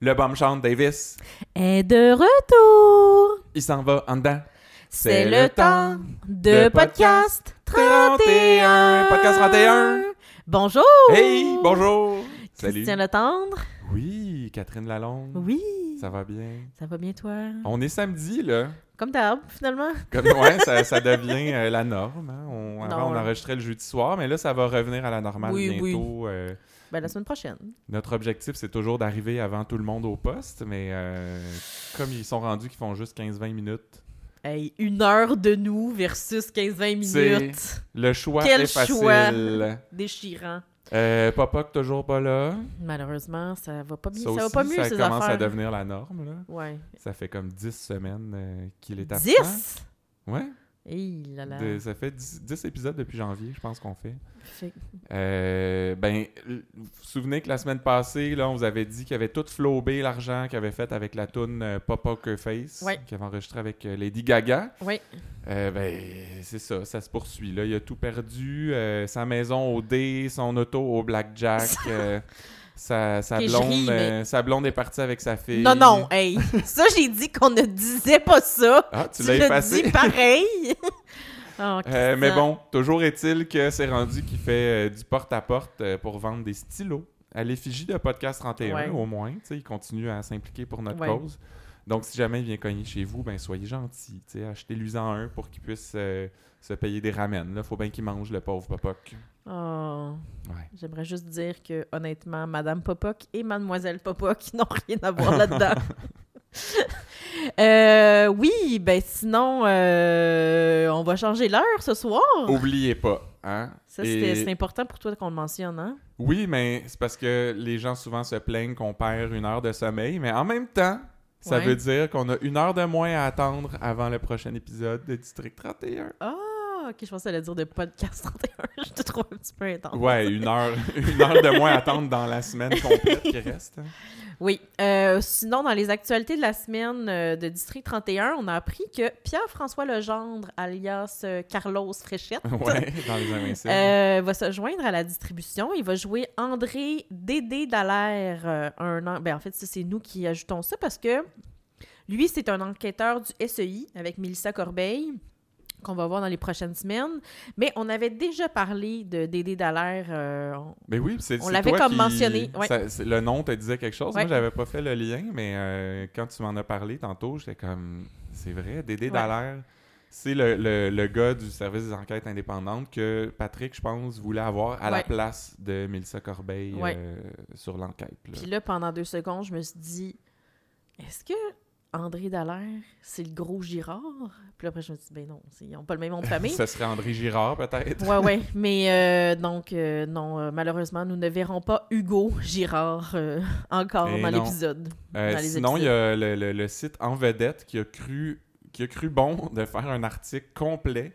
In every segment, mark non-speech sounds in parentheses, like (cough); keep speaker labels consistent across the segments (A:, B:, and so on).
A: Le bomb chant Davis,
B: Est de retour.
A: il s'en va en dedans.
B: C'est le temps de
A: de
B: podcast 31.
A: 31. Podcast 31.
B: Bonjour.
A: Hey, bonjour. Salut.
B: Christian Letendre.
A: Oui, Catherine Lalonde.
B: Oui. Ça...
A: Ça va bien.
B: va bien toi
A: On est samedi, là.
B: Comme d'hab finalement.
A: Comme, ouais, ça, ça devient euh, la norme. hein. On, avant,
B: Non,
A: on
B: là.
A: enregistrait le jeudi soir, mais là, ça va revenir à la normale
B: Oui, oui.
A: bientôt. euh,
B: Ben la semaine prochaine.
A: notre objectif, c'est toujours d'arriver avant tout le monde au poste, mais euh, comme ils sont rendus qu'ils font juste 15-20 minutes,
B: Hey, une heure de nous versus 15-20
A: C'est-
B: minutes.
A: le choix
B: Quel
A: est
B: choix.
A: facile.
B: Déchirant.
A: Euh, Popoc toujours pas là.
B: Malheureusement, ça va pas mieux.
A: Ça,
B: Ça, va
A: aussi,
B: pas mieux
A: ça
B: ces
A: commence
B: affaires.
A: à devenir la norme. Là.
B: Ouais.
A: Ça fait comme 10 semaines euh, qu'il est absent.
B: 10
A: Ouais.
B: Hey là là.
A: De- ça fait 10, 10 épisodes depuis janvier, je pense qu'on fait.
B: Fait-
A: Euh, ben, l- vous vous souvenez que la semaine passée, là, on vous avait dit qu'il avait tout flobé l'argent qu'il avait fait avec la toune euh, Pop Poker Face,
B: Ouais.
A: qu'il avait enregistré avec euh, Lady Gaga.
B: Ouais.
A: Euh, ben, c'est ça, ça se poursuit. Là. Il a tout perdu. euh, sa maison au dé, son auto au
B: (laughs)
A: blackjack. euh, sa, sa
B: Ok, je
A: blonde,
B: ris, mais-
A: euh, sa blonde est partie avec sa fille. (laughs)
B: Non, non, hey. ça, j'ai dit qu'on ne disait pas ça.
A: Ah, tu
B: Tu
A: l'as
B: l'as
A: effacé.
B: dit pareil.
A: (laughs)
B: Oh,
A: Euh, mais
B: Christian.
A: bon, toujours est-il que c'est rendu qui fait euh, du porte-à-porte euh, pour vendre des stylos à l'effigie de Podcast 31
B: Ouais.
A: au moins. tu sais, Il continue à s'impliquer pour notre
B: Ouais.
A: cause. Donc, si jamais il vient cogner chez vous, ben soyez gentil. Achetez-lui en un pour qu'il puisse euh, se payer des ramen. Il faut bien qu'il mange, le pauvre Popoc.
B: Oh,
A: Ouais.
B: J'aimerais juste dire que, honnêtement, Madame Popoc et Mademoiselle Popoc (laughs) n'ont rien à voir là-dedans.
A: (laughs)
B: Euh, oui, ben sinon, euh, on va changer l'heure ce soir.
A: Oubliez pas. Hein?
B: Ça, c'était-
A: Et-
B: c'est important pour toi qu'on le mentionne, hein?
A: Oui, mais c'est parce que les gens souvent se plaignent qu'on perd une heure de sommeil, mais en même temps, ça
B: Ouais.
A: veut dire qu'on a une heure de moins à attendre avant le prochain épisode de District 31.
B: Ah, ok, je pensais allait dire de podcast (laughs) 31. je te trouve un petit peu intense.
A: Ouais, une heure, (laughs) une heure de moins à attendre dans la semaine complète qui reste. hein.
B: Oui. Euh, sinon, dans les actualités de la semaine euh, de District 31, on a appris que Pierre-François Legendre, alias euh, Carlos Fréchette,
A: (laughs) Ouais, dans les invincibles.
B: euh, va se joindre à la distribution. Il va jouer André Dédé Dallaire. euh, un en... ben, en fait, ça, c'est nous qui ajoutons ça parce que lui, c'est un enquêteur du SEI avec Mélissa Corbeil qu'on va voir dans les prochaines semaines. Mais on avait déjà parlé de Dédé Dallaire. euh, on-
A: Mais Ben oui, c'est
B: on
A: c'est
B: l'avait
A: toi
B: comme
A: qui-
B: mentionné, ouais.
A: ça- c'est- le nom te disait quelque chose.
B: Ouais.
A: Moi, j'avais pas fait le lien, mais euh, quand tu m'en as parlé tantôt, j'étais comme, c'est vrai, Dédé
B: Ouais.
A: Dallaire, c'est le, le- le gars du service des enquêtes indépendantes que Patrick, je pense, voulait avoir à
B: Ouais.
A: la place de Mélissa Corbeil
B: Ouais.
A: euh, sur l'enquête. là.
B: Puis là, pendant deux secondes, je me suis dit, est-ce que André Dallaire, c'est le gros Girard? Puis là, après, je me suis dit, ben non, c'est- ils n'ont pas le même nom de famille.
A: Ce serait André Girard, peut-être.
B: (laughs) ouais, ouais. Mais euh, donc, euh, non, euh, malheureusement, nous ne verrons pas Hugo Girard euh, encore
A: Eh
B: dans
A: non.
B: l'épisode.
A: Euh,
B: dans les
A: sinon, il y a le, le- le site En Vedette qui a cru qui a cru bon (laughs) de faire un article complet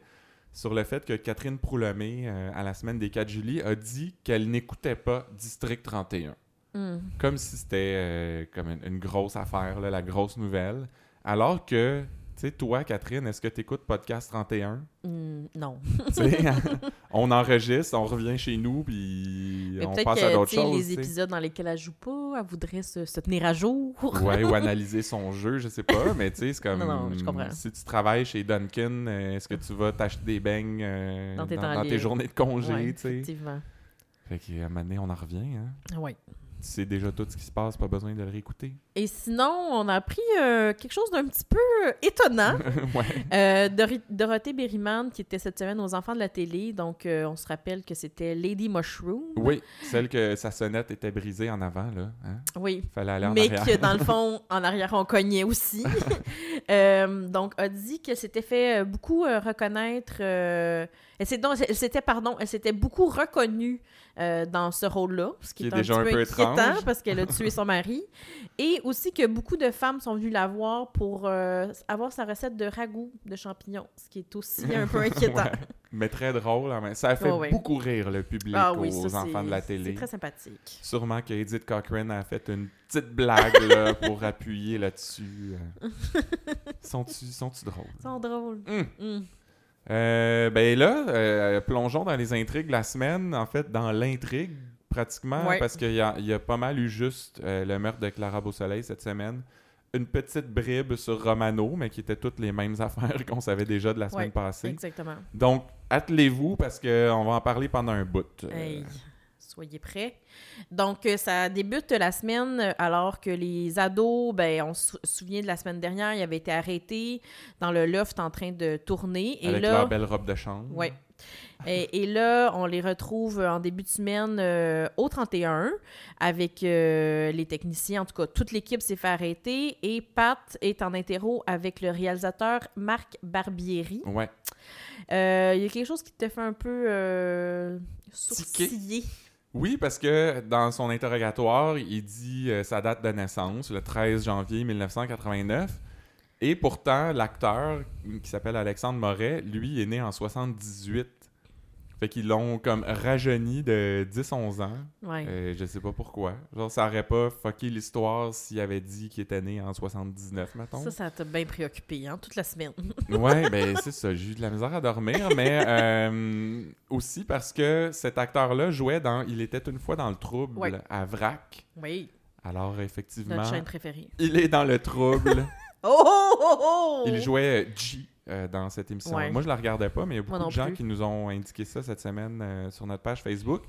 A: sur le fait que Catherine Proulemé, euh, à la semaine des 4 juillet, a dit qu'elle n'écoutait pas District 31.
B: Hmm.
A: Comme si c'était euh, comme une, une grosse affaire, là, la grosse nouvelle. Alors que, tu sais, toi, Catherine, est-ce que tu écoutes Podcast 31?
B: (laughs) Hmm, non.
A: Tu sais, (laughs) on enregistre, on revient chez nous, puis
B: Mais
A: on
B: peut-être
A: passe à
B: que
A: d'autres
B: tu sais,
A: choses.
B: les
A: tu sais.
B: épisodes dans lesquels elle joue pas, elle voudrait se, se tenir à jour. (laughs)
A: ouais, ou analyser son jeu, je sais pas, mais tu sais, c'est comme.
B: Non, non, je comprends.
A: Si tu travailles chez Dunkin', euh, est-ce que tu vas t'acheter des beignes euh,
B: Dans
A: dans,
B: tes temps
A: dans
B: libres.
A: tes journées de congé,
B: Ouais,
A: tu sais?
B: effectivement.
A: Fait qu'à un moment donné, on en revient, hein.
B: Ouais.
A: Tu sais déjà tout ce qui se passe, pas besoin de le
B: (laughs)
A: réécouter. (laughs)
B: Et sinon, on a appris euh, quelque chose d'un petit peu euh, étonnant.
A: ouais.
B: Euh, Dori- Dorothée Berryman, qui était cette semaine aux enfants de la télé, donc euh, on se rappelle que c'était Lady Mushroom.
A: Oui, celle que sa sonnette était brisée en avant, là. Hein?
B: Oui.
A: Fallait aller en
B: Mais
A: arrière.
B: que dans le fond, en arrière, on cognait aussi.
A: (laughs)
B: Euh, donc, a dit qu'elle s'était fait euh, beaucoup euh, reconnaître. euh, elle s'est- non, elle s'était, pardon, elle s'était beaucoup reconnue euh, dans ce rôle-là, ce qui,
A: Qui est
B: est,
A: déjà
B: un,
A: un
B: petit peu
A: peu
B: inquiétant
A: étrange.
B: parce qu'elle a tué
A: (laughs)
B: son mari. Et aussi que beaucoup de femmes sont venues la voir pour euh, avoir sa recette de ragoût de champignons, ce qui est aussi
A: (laughs)
B: un peu inquiétant.
A: Ouais. (laughs) Mais très drôle, hein, mais ça a fait
B: Ouais, ouais.
A: beaucoup rire le public
B: Ah
A: aux
B: oui, ça,
A: enfants
B: c'est-
A: de la
B: C'est
A: télé.
B: très sympathique.
A: Sûrement que Edith Cochrane a fait une petite blague là,
B: (laughs)
A: pour appuyer là-dessus. euh. Sont-tu sont drôles?
B: Ils sont drôles.
A: Hmm.
B: Mm.
A: Euh, ben là, euh, plongeons dans les intrigues de la semaine. En fait, dans l'intrigue pratiquement,
B: Ouais.
A: parce qu'il y a, il y a pas mal eu juste euh, le meurtre de Clara Beausoleil cette semaine. Une petite bribe sur Romano, mais qui étaient toutes les mêmes (laughs) affaires qu'on savait déjà de la semaine
B: Ouais,
A: passée.
B: Exactement.
A: Donc, attelez-vous parce qu'on va en parler pendant un bout. Euh,
B: Hey, soyez prêts. Donc, euh, ça débute la semaine euh, alors que les ados, ben, on se sou- souvient de la semaine dernière, ils avaient été arrêtés dans le loft en train de tourner. Et
A: avec
B: là,
A: leur belle robe de chambre.
B: Ouais. Et, et là, on les retrouve en début de semaine euh, au 31 avec euh, les techniciens. En tout cas, toute l'équipe s'est fait arrêter et Pat est en interro avec le réalisateur Marc Barbieri.
A: Ouais.
B: Euh, Il y a quelque chose qui te fait un peu euh, sourciller.
A: Oui, parce que dans son interrogatoire, il dit euh, sa date de naissance, le 13 janvier 1989. Et pourtant, l'acteur, qui s'appelle Alexandre Moret, lui, est né en 78. Fait qu'ils l'ont comme rajeuni de 10-11 ans.
B: Ouais.
A: Euh, je sais pas pourquoi. Genre, ça aurait pas fucké l'histoire s'il avait dit qu'il était né en 79, mettons.
B: Ça, ça t'a bien préoccupé, hein, toute la semaine. (laughs)
A: Ouais, ben c'est ça. J'ai eu de la misère à dormir, mais euh, aussi parce que cet acteur-là jouait dans Il était une fois dans le trouble
B: Ouais.
A: à Vrac.
B: Oui,
A: Alors
B: notre
A: effectivement,
B: chaîne préférée.
A: il est dans le trouble.
B: Oh, oh, oh, oh!
A: il jouait G euh, dans cette émission.
B: Ouais.
A: Moi, je la regardais pas, mais il y a
B: Moi
A: beaucoup
B: non
A: de gens
B: plus.
A: qui nous ont indiqué ça cette semaine euh, sur notre page Facebook.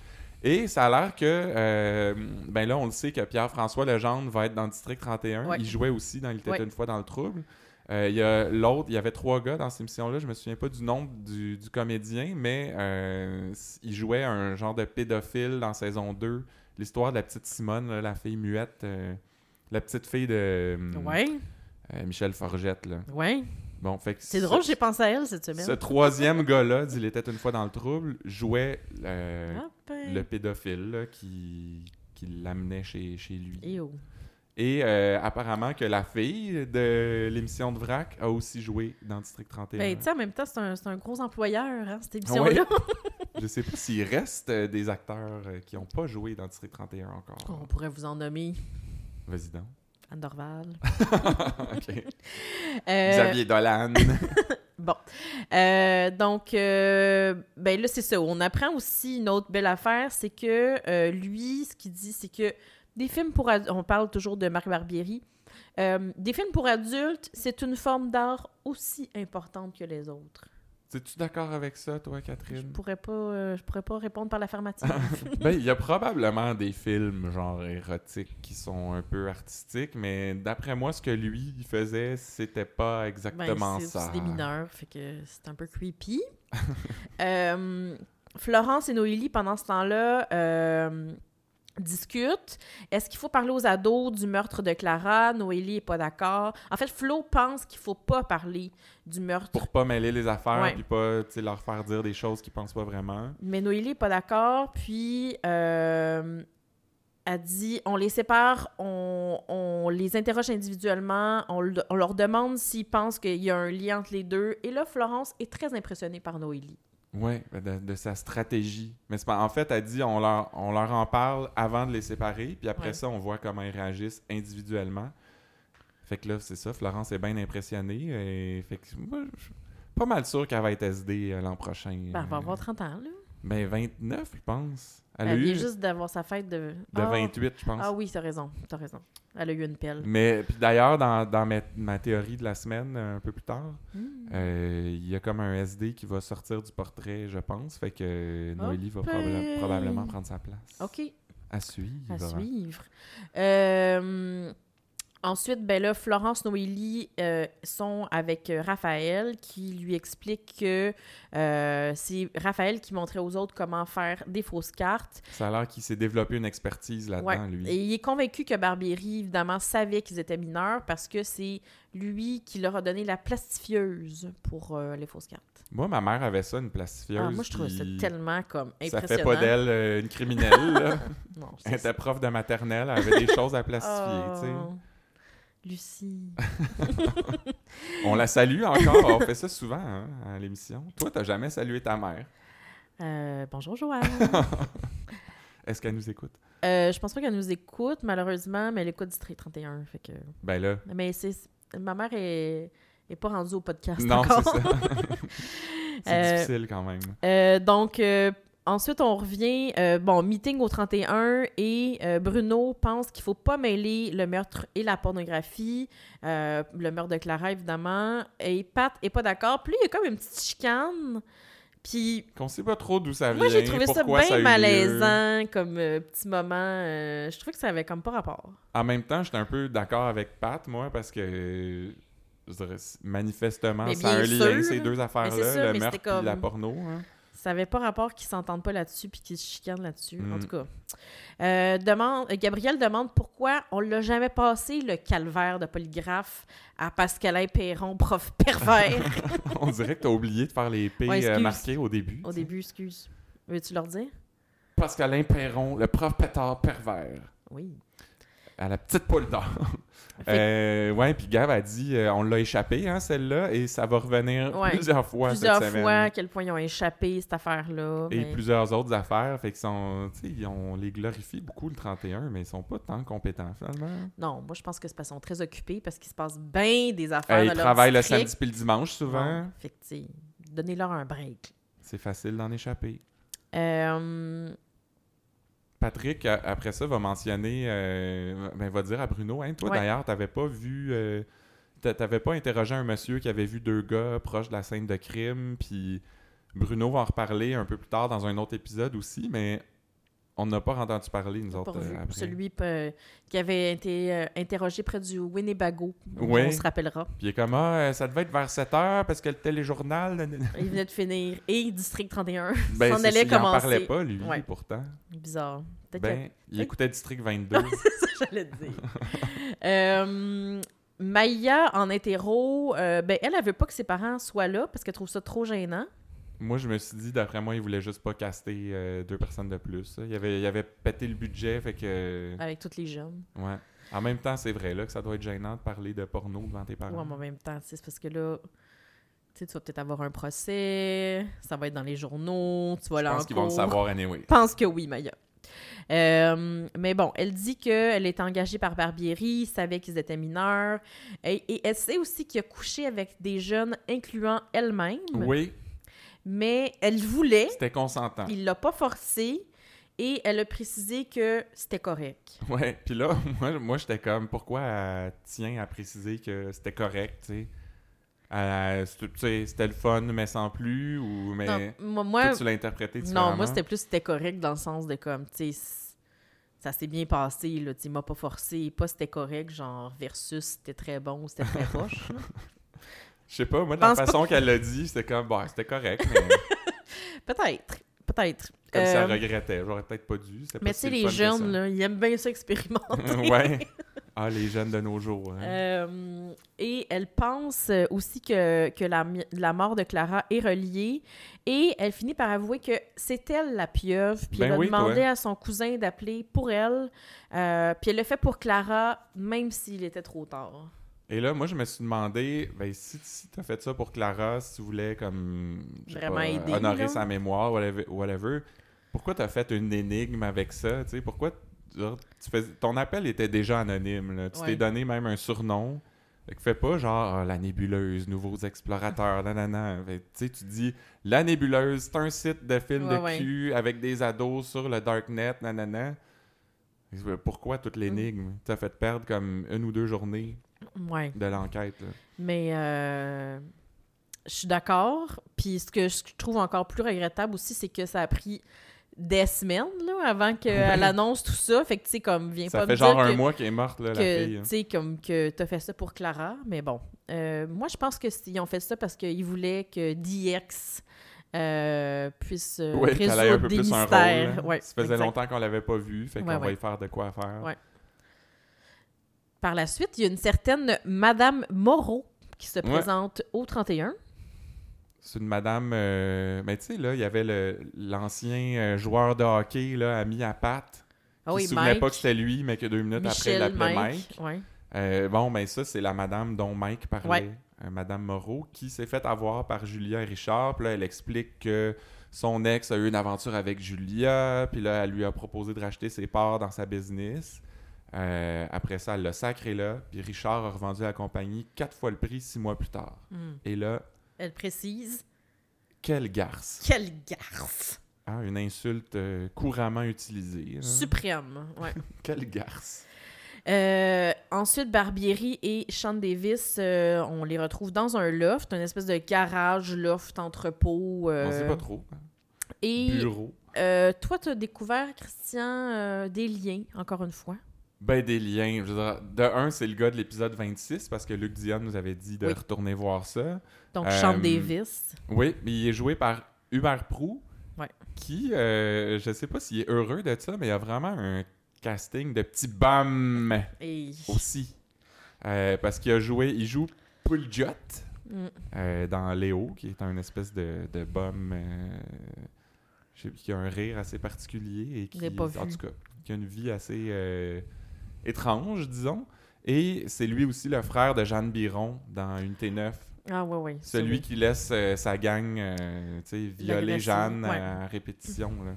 A: Et ça a l'air que, euh, ben là, on le sait que Pierre-François Legendre va être dans District 31.
B: Ouais.
A: Il jouait aussi dans Il était
B: Ouais.
A: une fois dans le trouble. Euh, Il y a l'autre, il y avait trois gars dans cette émission-là. Je me souviens pas du nom du, du comédien, mais euh, s- il jouait un genre de pédophile dans saison 2. L'histoire de la petite Simone, là, la fille muette, euh, la petite fille de euh,
B: Ouais,
A: euh, Michel Forgette. là.
B: ouais.
A: Bon, fait que
B: C'est
A: ça-
B: drôle, j'ai pensé à elle cette semaine.
A: ce troisième gars-là, d'Il était une fois dans le trouble, jouait euh,
B: Hop, hein.
A: le pédophile là, qui, qui l'amenait chez, chez lui.
B: Eh oh.
A: Et euh, apparemment que la fille de l'émission de Vrac a aussi joué dans District 31.
B: Ben, tu sais, en même temps, c'est un, c'est un gros employeur, hein, cette émission-là.
A: Je sais pas s'il reste euh, des acteurs euh, qui n'ont pas joué dans District 31 encore.
B: (laughs) On pourrait vous en nommer
A: Vas-y
B: (laughs)
A: donc.
B: Anne Dorval.
A: Ok.
B: Euh,
A: Xavier Dolan. (laughs)
B: Bon. Euh, donc, euh, ben là, c'est ça. On apprend aussi une autre belle affaire, c'est que euh, lui, ce qu'il dit, c'est que des films pour adultes, on parle toujours de Marc Barbieri, Euh, des films pour adultes, c'est une forme d'art aussi importante que les autres.
A: Es-tu d'accord avec ça, toi,
B: Je
A: Catherine?
B: pourrais pas, euh, je pourrais pas répondre par l'affirmative.
A: Ben, il y a probablement des films genre érotiques qui sont un peu artistiques, mais d'après moi, ce que lui il faisait, c'était pas exactement
B: Ben, c'est-
A: ça.
B: C'est des mineurs, fait que c'est un peu creepy. (laughs) Euh, Florence et Noélie, pendant ce temps-là, euh, discutent. Est-ce qu'il faut parler aux ados du meurtre de Clara? Noélie est pas d'accord. En fait, Flo pense qu'il faut pas parler du meurtre.
A: Pour pas mêler les affaires
B: Ouais.
A: puis pas tu sais, leur faire dire des choses qu'ils pensent pas vraiment.
B: Mais Noélie est pas d'accord, puis euh, elle dit on les sépare, on, on les interroge individuellement, on, le- on leur demande s'ils pensent qu'il y a un lien entre les deux. Et là, Florence est très impressionnée par Noélie.
A: Ouais, ben, de, de sa stratégie. Mais c'est pas- en fait, elle dit on leur, on leur en parle avant de les séparer, puis après
B: Ouais.
A: ça, on voit comment ils réagissent individuellement. Fait que là, c'est ça, Florence est bien impressionnée. Et fait que moi, je suis pas mal sûr qu'elle va être SD euh, l'an prochain.
B: Ben, elle va
A: Euh,
B: avoir 30 ans, là.
A: Ben 29, je pense. Elle,
B: Elle,
A: a eu
B: vient
A: de
B: juste d'avoir sa fête de. Ah.
A: 28, je pense.
B: Ah oui, t'as raison, t'as raison. Elle a eu une pelle.
A: Mais puis d'ailleurs, dans, dans ma, ma théorie de la semaine, un peu plus tard,
B: Hmm.
A: euh, il y a comme un SD qui va sortir du portrait, je pense. Fait que euh, Noélie va
B: Hop,
A: proba-
B: hey.
A: probablement prendre sa place.
B: OK,
A: À suivre.
B: à suivre. Euh, ensuite, ben là, Florence Noélie euh, sont avec euh, Raphaël qui lui explique que euh, c'est Raphaël qui montrait aux autres comment faire des fausses cartes.
A: Ça a l'air qu'il s'est développé une expertise là-dedans,
B: Ouais.
A: lui.
B: Et il est convaincu que Barbieri, évidemment, savait qu'ils étaient mineurs parce que c'est lui qui leur a donné la plastifieuse pour euh, les fausses cartes.
A: Moi, ma mère avait ça, une plastifieuse.
B: Ah, moi, je trouve ça
A: puis
B: tellement comme
A: Ça
B: impressionnant.
A: fait pas d'elle euh, une criminelle.
B: (laughs)
A: là.
B: Non, c'est
A: Elle était prof de maternelle, elle avait des choses à plastifier. tu sais.
B: Oh, Lucie.
A: On la salue encore. On fait ça souvent hein, à l'émission. Toi, t'as jamais salué ta mère.
B: Euh, bonjour, Joanne.
A: (laughs) Est-ce qu'elle nous écoute?
B: Euh, je pense pas qu'elle nous écoute, malheureusement, mais elle écoute District 31. Fait que...
A: Ben là,
B: Mais c'est... ma mère est... est pas rendue au podcast. (laughs)
A: non, c'est
B: encore.
A: ça. (laughs) c'est
B: Euh,
A: difficile quand même.
B: Euh, donc, euh, Ensuite, on revient, euh, bon, meeting au 31 et euh, Bruno pense qu'il faut pas mêler le meurtre et la pornographie, euh, le meurtre de Clara évidemment, et Pat est pas d'accord. Puis là, il y a comme une petite chicane. Puis
A: Qu'on sait pas trop d'où ça vient.
B: moi, j'ai trouvé ça
A: pourquoi
B: bien
A: a eu lieu.
B: malaisant comme euh, petit moment. euh, je trouvais que ça avait comme pas rapport.
A: En même temps, j'étais un peu d'accord avec Pat, moi, parce que euh, je dirais, c- manifestement,
B: Mais
A: ça a un
B: bien
A: lien,
B: sûr.
A: ces deux
B: Mais c'est sûr,
A: affaires-là,
B: mais
A: le meurtre
B: c'était
A: et la
B: comme-
A: porno. hein.
B: Ça avait pas rapport qu'ils s'entendent pas là-dessus puis qu'ils se chicanent là-dessus. En
A: Mm.
B: tout cas, Euh, demande, Gabriel demande pourquoi on l'a jamais passé le calvaire de polygraphe à Pascalin Perron, prof (laughs) pervers.
A: On dirait que t'as oublié de faire les P
B: Ouais,
A: euh,
B: excuse.
A: marqués au début.
B: Au début, excuse. Veux-tu leur dire?
A: Pascalin Perron, le prof pétard pervers.
B: Oui.
A: À la petite poule d'or.
B: (laughs) Fait-
A: Euh, ouais, puis Gab a dit euh, on l'a échappé, hein, celle-là, et ça va revenir
B: Ouais.
A: plusieurs fois
B: plusieurs
A: cette semaine.
B: fois à quel point ils ont échappé cette affaire-là.
A: Et
B: mais-
A: plusieurs autres affaires. Fait qu'ils sont. tu sais, ils ont- on les glorifie beaucoup le 31, mais ils sont pas tant compétents finalement.
B: Non, moi je pense que c'est parce qu'ils sont très occupés parce qu'il se passe bien des affaires.
A: Euh,
B: dans
A: ils
B: leur
A: travaillent le
B: district.
A: samedi puis le dimanche souvent.
B: Bon, fait que, tu sais, donnez-leur un break.
A: C'est facile d'en échapper.
B: Euh,
A: Patrick, a- après ça, va mentionner, euh, ben, va dire à Bruno, Hein, toi
B: Ouais.
A: d'ailleurs, t'avais pas vu, euh, t'a- t'avais pas interrogé un monsieur qui avait vu deux gars proches de la scène de crime, puis Bruno va en reparler un peu plus tard dans un autre épisode aussi, mais on n'a pas entendu parler, nous autres,
B: pour
A: euh,
B: vous,
A: après.
B: celui euh, qui avait été euh, interrogé près du Winnebago,
A: Ouais.
B: on se rappellera.
A: Puis il est comme, ah, euh, ça devait être vers 7 heures parce que le téléjournal... ben,
B: Il venait de finir. Et District 31. (laughs) S'en
A: c'est
B: allait
A: ça, il en
B: commencer.
A: parlait pas, lui,
B: Ouais.
A: pourtant.
B: (laughs) Bizarre. Peut-être que-
A: Ben, il
B: peut-être-
A: écoutait District 22.
B: C'est ça que (laughs) j'allais te dire. Euh, Maya, en hétéro, euh, ben, elle, elle veut pas que ses parents soient là parce qu'elle trouve ça trop gênant.
A: Moi, je me suis dit, d'après moi, ils voulaient juste pas caster euh, deux personnes de plus. Il avait, il avait pété le budget, fait que.
B: Avec toutes les jeunes.
A: Ouais. En même temps, c'est vrai là, que ça doit être gênant de parler de porno devant tes
B: Ou
A: parents.
B: en même temps, tu sais, c'est parce que là, tu sais, tu vas peut-être avoir un procès, ça va être dans les journaux, tu vas
A: je
B: là en
A: pense qu'ils vont le
B: cours.
A: savoir anyway.
B: Je pense que oui, Maya. Euh, mais bon, elle dit qu'elle est engagée par Barbieri, il savait qu'ils étaient mineurs, et, et elle sait aussi qu'il a couché avec des jeunes, incluant elle-même,
A: Oui,
B: mais elle voulait,
A: c'était consentant.
B: eh. Il l'a pas forcé et elle a précisé que c'était correct.
A: Ouais. Puis là, (laughs) moi, moi j'étais comme, pourquoi elle tient à préciser que c'était correct, tu sais? Elle- c'est- tu sais, c'était le fun, mais sans plus, ou mais
B: Non, moi,
A: toi,
B: moi-
A: tu l'as interprété différemment.
B: non, moi c'était plus c'était correct dans le sens de comme, tu sais, c- ça s'est bien passé, là, tu sais, il m'a pas forcé, pas c'était correct, genre versus c'était très bon ou c'était très
A: (laughs)
B: poche.
A: Je sais pas, moi, de la
B: Pense pas.
A: façon qu'elle l'a dit, c'était comme, bah, c'était
B: (laughs)
A: correct, mais
B: peut-être, peut-être.
A: comme si elle
B: Euh,
A: regrettait. J'aurais peut-être pas dû. c'était pas
B: mais tu
A: si
B: sais,
A: le
B: les
A: fun que ça.
B: jeunes, là, ils aiment bien ça (laughs)
A: (laughs)
B: expérimenter.
A: ouais. Ah, les jeunes de nos jours. hein.
B: Euh, et elle pense euh, aussi que, que la, mi- la mort de Clara est reliée. Et elle finit par avouer que c'est elle la pieuvre. Puis
A: Ben
B: elle a
A: oui,
B: demandé
A: toi.
B: à son cousin d'appeler pour elle. Euh, puis elle le fait pour Clara, même s'il était trop tard.
A: Et là, moi, je me suis demandé, ben, si, si t'as fait ça pour Clara, si tu voulais, comme, je sais
B: Vraiment
A: pas,
B: aider,
A: honorer
B: là.
A: sa mémoire, whatever, whatever, pourquoi t'as fait une énigme avec ça? Tu sais, pourquoi genre, tu fais... ton appel était déjà anonyme? là. Tu
B: Ouais.
A: t'es donné même un surnom. Fait que fais pas genre Ah, la nébuleuse, nouveaux
B: (laughs)
A: explorateurs, nanana. Fait que, tu sais, tu dis la nébuleuse, c'est un site de films
B: Ouais,
A: de
B: ouais.
A: cul avec des ados sur le darknet, nanana. Fait que, Pourquoi toute
B: Mm.
A: l'énigme? T'as fait perdre comme une ou deux journées
B: Ouais.
A: de l'enquête. là.
B: Mais euh, je suis d'accord. Puis ce que je trouve encore plus regrettable aussi, c'est que ça a pris des semaines là, avant qu'elle
A: Ouais.
B: annonce tout ça. Fait que tu sais, comme, viens
A: Ça
B: pas me
A: fait
B: dire
A: genre un
B: que-
A: mois qu'elle est morte, là, la fille.
B: que
A: hein.
B: tu sais comme que t'as fait ça pour Clara mais bon Euh, moi je pense que s'ils ont fait ça parce qu'ils voulaient que DX euh, puisse euh,
A: Ouais, qu'elle ait un
B: résoudre
A: peu
B: des
A: plus un rôle.
B: mystères
A: là.
B: Ouais,
A: Ça faisait
B: exact.
A: longtemps qu'on l'avait pas vu, fait
B: Ouais,
A: qu'on va
B: ouais.
A: y faire de quoi faire.
B: Ouais. par la suite il y a une certaine Madame Moreau qui se
A: Ouais.
B: présente au 31
A: C'est une madame... euh, Mais tu sais, là, il y avait le- l'ancien euh, joueur de hockey, là, ami à patte,
B: ah
A: qui
B: oui
A: se souvenait
B: Mike
A: pas que c'était lui, mais que deux minutes
B: Michel
A: après, il l'appelait Mike.
B: Mike, ouais.
A: Euh, bon, ben ça, c'est la madame dont Mike parlait,
B: Ouais.
A: euh, madame Moreau, qui s'est faite avoir par Julia et Richard. Puis là, elle explique que son ex a eu une aventure avec Julia, puis là, elle lui a proposé de racheter ses parts dans sa business. Euh, après ça, elle l'a sacré là, puis Richard a revendu la compagnie quatre fois le prix six mois plus tard.
B: Hmm.
A: Et là,
B: elle précise
A: quelle garce!
B: quelle garce
A: Ah, une insulte euh, couramment utilisée. hein.
B: Suprême, ouais.
A: Quelle garce.
B: (laughs) Euh, ensuite, Barbieri et Sean Davis, euh, on les retrouve dans un loft, une espèce de garage, loft, entrepôt.
A: On
B: euh,
A: sait pas trop. hein?
B: Et
A: Bureau.
B: euh, toi, tu as découvert, Christian, euh, des liens, encore une fois.
A: Ben, des liens. Je veux dire, de un, c'est le gars de l'épisode 26, parce que Luc Dion nous avait dit de
B: Oui.
A: retourner voir ça.
B: Donc,
A: Euh,
B: Sean Davis.
A: Oui, mais il est joué par Hubert Prou,
B: Ouais.
A: qui, euh, je sais pas s'il est heureux de ça, mais il y a vraiment un casting de petits bam
B: Et...
A: aussi. Euh, parce qu'il a joué, il joue Pouljot
B: Mm.
A: euh, dans Léo, qui est un espèce de, de bum euh, je sais- qui a un rire assez particulier et
B: Je
A: qui,
B: l'ai pas
A: en
B: vu.
A: tout cas, qui a une vie assez euh, étrange, disons. Et c'est lui aussi le frère de Jeanne Biron dans Unité 9.
B: Ah, ouais, ouais. ça,
A: Celui
B: oui.
A: qui laisse euh, sa gang euh, tu sais, violer
B: L'agresser,
A: Jeanne
B: ouais.
A: à répétition. Là.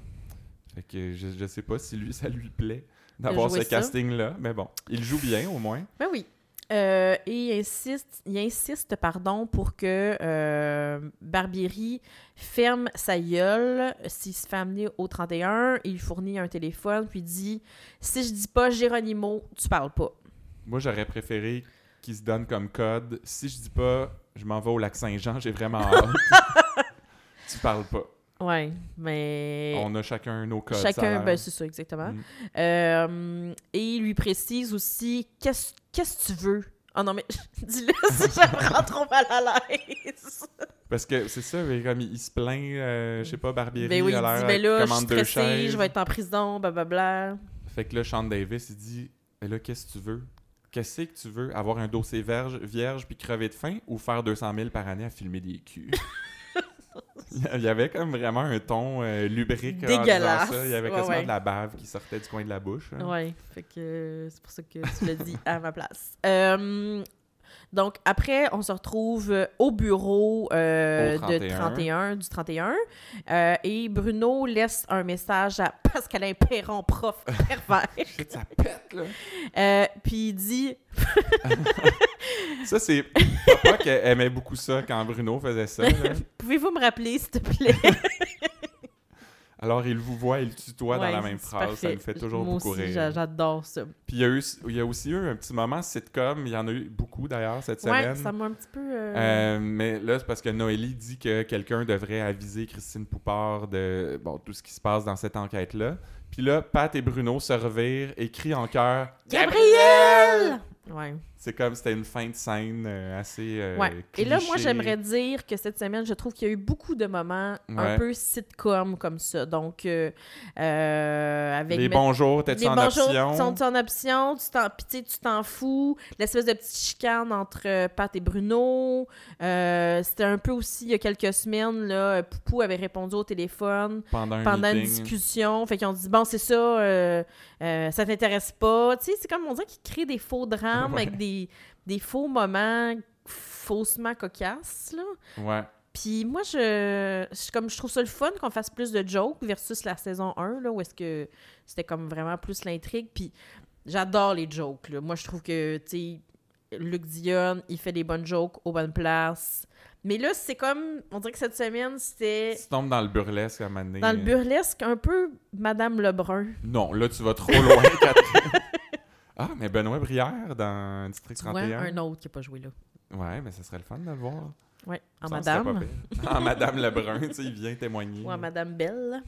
A: Fait que je, je sais pas si lui, (laughs) ça lui plaît d'avoir ce
B: jouer ça.
A: casting-là, mais bon, il joue bien au moins.
B: Ben oui. Euh, et il insiste, il insiste pardon, pour que euh, Barbieri ferme sa gueule s'il se fait amener au 31. Il fournit un téléphone, puis dit Si je dis pas Géronimo, tu parles pas.
A: Moi, j'aurais préféré qu'il se donne comme code si je dis pas je m'en vais au lac Saint-Jean, j'ai vraiment hâte.
B: (laughs)
A: tu parles pas.
B: Ouais, mais.
A: On a chacun nos codes. ça a
B: Chacun,
A: l'air.
B: ben, c'est ça, exactement.
A: Mm.
B: Euh, et il lui précise aussi Qu'est-ce qu'est-ce que tu veux Ah non, mais (laughs) dis-le si ça me rend trop mal à l'aise.
A: Parce que c'est ça, mais comme il, il se plaint, euh, je sais pas, Barbieri,
B: Ben
A: il
B: oui, il
A: a
B: dit
A: l'air
B: Ben là, je suis
A: commande deux
B: stressé,
A: chaises.
B: je vais être en prison, blablabla.
A: Fait que là, Sean Davis, il dit Mais là, qu'est-ce que tu veux Qu'est-ce que tu veux Avoir un dossier verge, vierge puis crever de faim ou faire 200 000 par année à filmer des
B: (laughs)
A: culs Il y avait comme vraiment un ton euh, lubrique. en disant
B: Dégueulasse.
A: ça. Il y avait
B: Ouais,
A: quasiment
B: ouais.
A: de la bave qui sortait du coin de la bouche. hein.
B: Ouais, fait que euh, c'est pour ça que tu l'as dit à ma place. (laughs) Euh, donc après, on se retrouve euh, au bureau euh,
A: Au
B: de
A: 31.
B: 31, du 31. euh, et Bruno laisse un message à Pascalin Perron,
A: (laughs)
B: prof pervers.
A: Shit, ça pète, là.
B: (laughs) Euh, Puis il dit
A: Ça, c'est. Papa qui aimait beaucoup ça quand Bruno faisait ça. là.
B: (laughs) Pouvez-vous me rappeler, s'il te plaît
A: Alors, il vous voit, il tutoie
B: Ouais,
A: dans la même
B: c'est
A: phrase. Ça
B: parfait.
A: me fait toujours
B: Moi
A: beaucoup
B: aussi,
A: rire.
B: j'a- J'adore ça.
A: Puis il y, a eu, il y a aussi eu un petit moment sitcom. Il y en a eu beaucoup d'ailleurs cette
B: Ouais,
A: semaine.
B: ça m'a un petit peu. euh,
A: Euh, mais là, c'est parce que Noélie dit que quelqu'un devrait aviser Christine Poupard de bon, tout ce qui se passe dans cette enquête-là. Puis là, Pat et Bruno se revirent et crient en chœur
B: Gabriel Ouais.
A: C'est comme c'était une fin de scène euh, assez. euh,
B: Ouais. Et là, moi,
A: cliché.
B: j'aimerais dire que cette semaine, je trouve qu'il y a eu beaucoup de moments un
A: Ouais.
B: peu sitcom comme ça. Donc, euh, euh, avec.
A: Les
B: me-
A: bonjours, t'es-tu
B: les
A: en
B: bonjours
A: option
B: sont en option, tu t'en, puis tu sais, tu t'en fous, l'espèce de petite chicane entre euh, Pat et Bruno. Euh, c'était un peu aussi, il y a quelques semaines, là, Poupou avait répondu au téléphone
A: pendant, un
B: pendant une
A: meeting?
B: discussion. Fait qu'ils ont dit, bon, c'est ça, euh, euh, ça t'intéresse pas. Tu sais, c'est comme on dirait qu'ils créent des faux drames
A: (laughs) Ouais.
B: avec des, des faux moments faussement cocasses, là.
A: Ouais.
B: Puis moi, je, je- comme je trouve ça le fun qu'on fasse plus de jokes versus la saison 1, là, où est-ce que c'était comme vraiment plus l'intrigue. Puis j'adore les jokes. Là. Moi, je trouve que, tu sais, Luc Dion, il fait des bonnes jokes aux bonnes places. Mais là, c'est comme, on dirait que cette semaine, c'était
A: Tu tombes dans le burlesque à un moment donné.
B: dans le burlesque un peu Madame Lebrun.
A: Non, là, tu vas trop loin, (laughs) Catherine. Ah, mais Benoît Brière dans District
B: Tu vois,
A: 31.
B: un autre qui n'a pas joué là.
A: Ouais, mais ça serait le fun de le voir.
B: Ouais, en
A: Ça, c'était
B: Madame.
A: pas pire. Ah, En Madame Lebrun, tu sais, il vient témoigner.
B: Ou à Madame
A: (laughs)
B: Belle.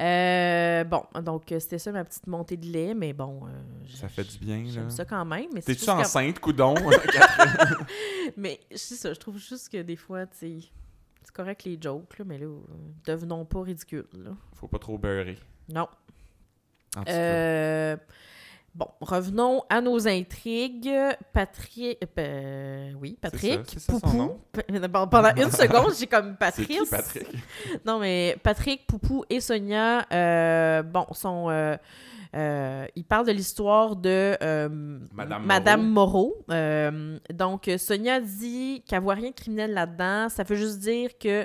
B: Euh, bon, donc euh, c'était ça ma petite montée de lait, mais bon, euh,
A: Ça
B: je-
A: fait du bien, là.
B: J'aime ça quand même, mais c'est
A: T'es-tu
B: juste comme-
A: enceinte,
B: (laughs)
A: coudon?
B: Mais c'est ça, je trouve juste que des fois, tu sais, c'est correct les jokes, là, mais là, euh, devenons pas ridicules. là.
A: Faut pas trop beurrer.
B: Non.
A: En tout cas.
B: Euh, Bon, revenons à nos intrigues. Patrick. euh, oui, Patrick.
A: c'est ça son
B: Poupou.
A: nom.
B: P- bon, Pendant
A: (laughs)
B: une seconde, j'ai comme
A: C'est
B: Patrick.
A: qui, Patrick?
B: Non, mais Patrick, Poupou et Sonia, euh, bon, sont. euh, euh, ils parlent de l'histoire de euh,
A: Madame
B: Moreau. Euh, donc, euh, Sonia dit qu'elle voit rien de criminel là-dedans. Ça veut juste dire que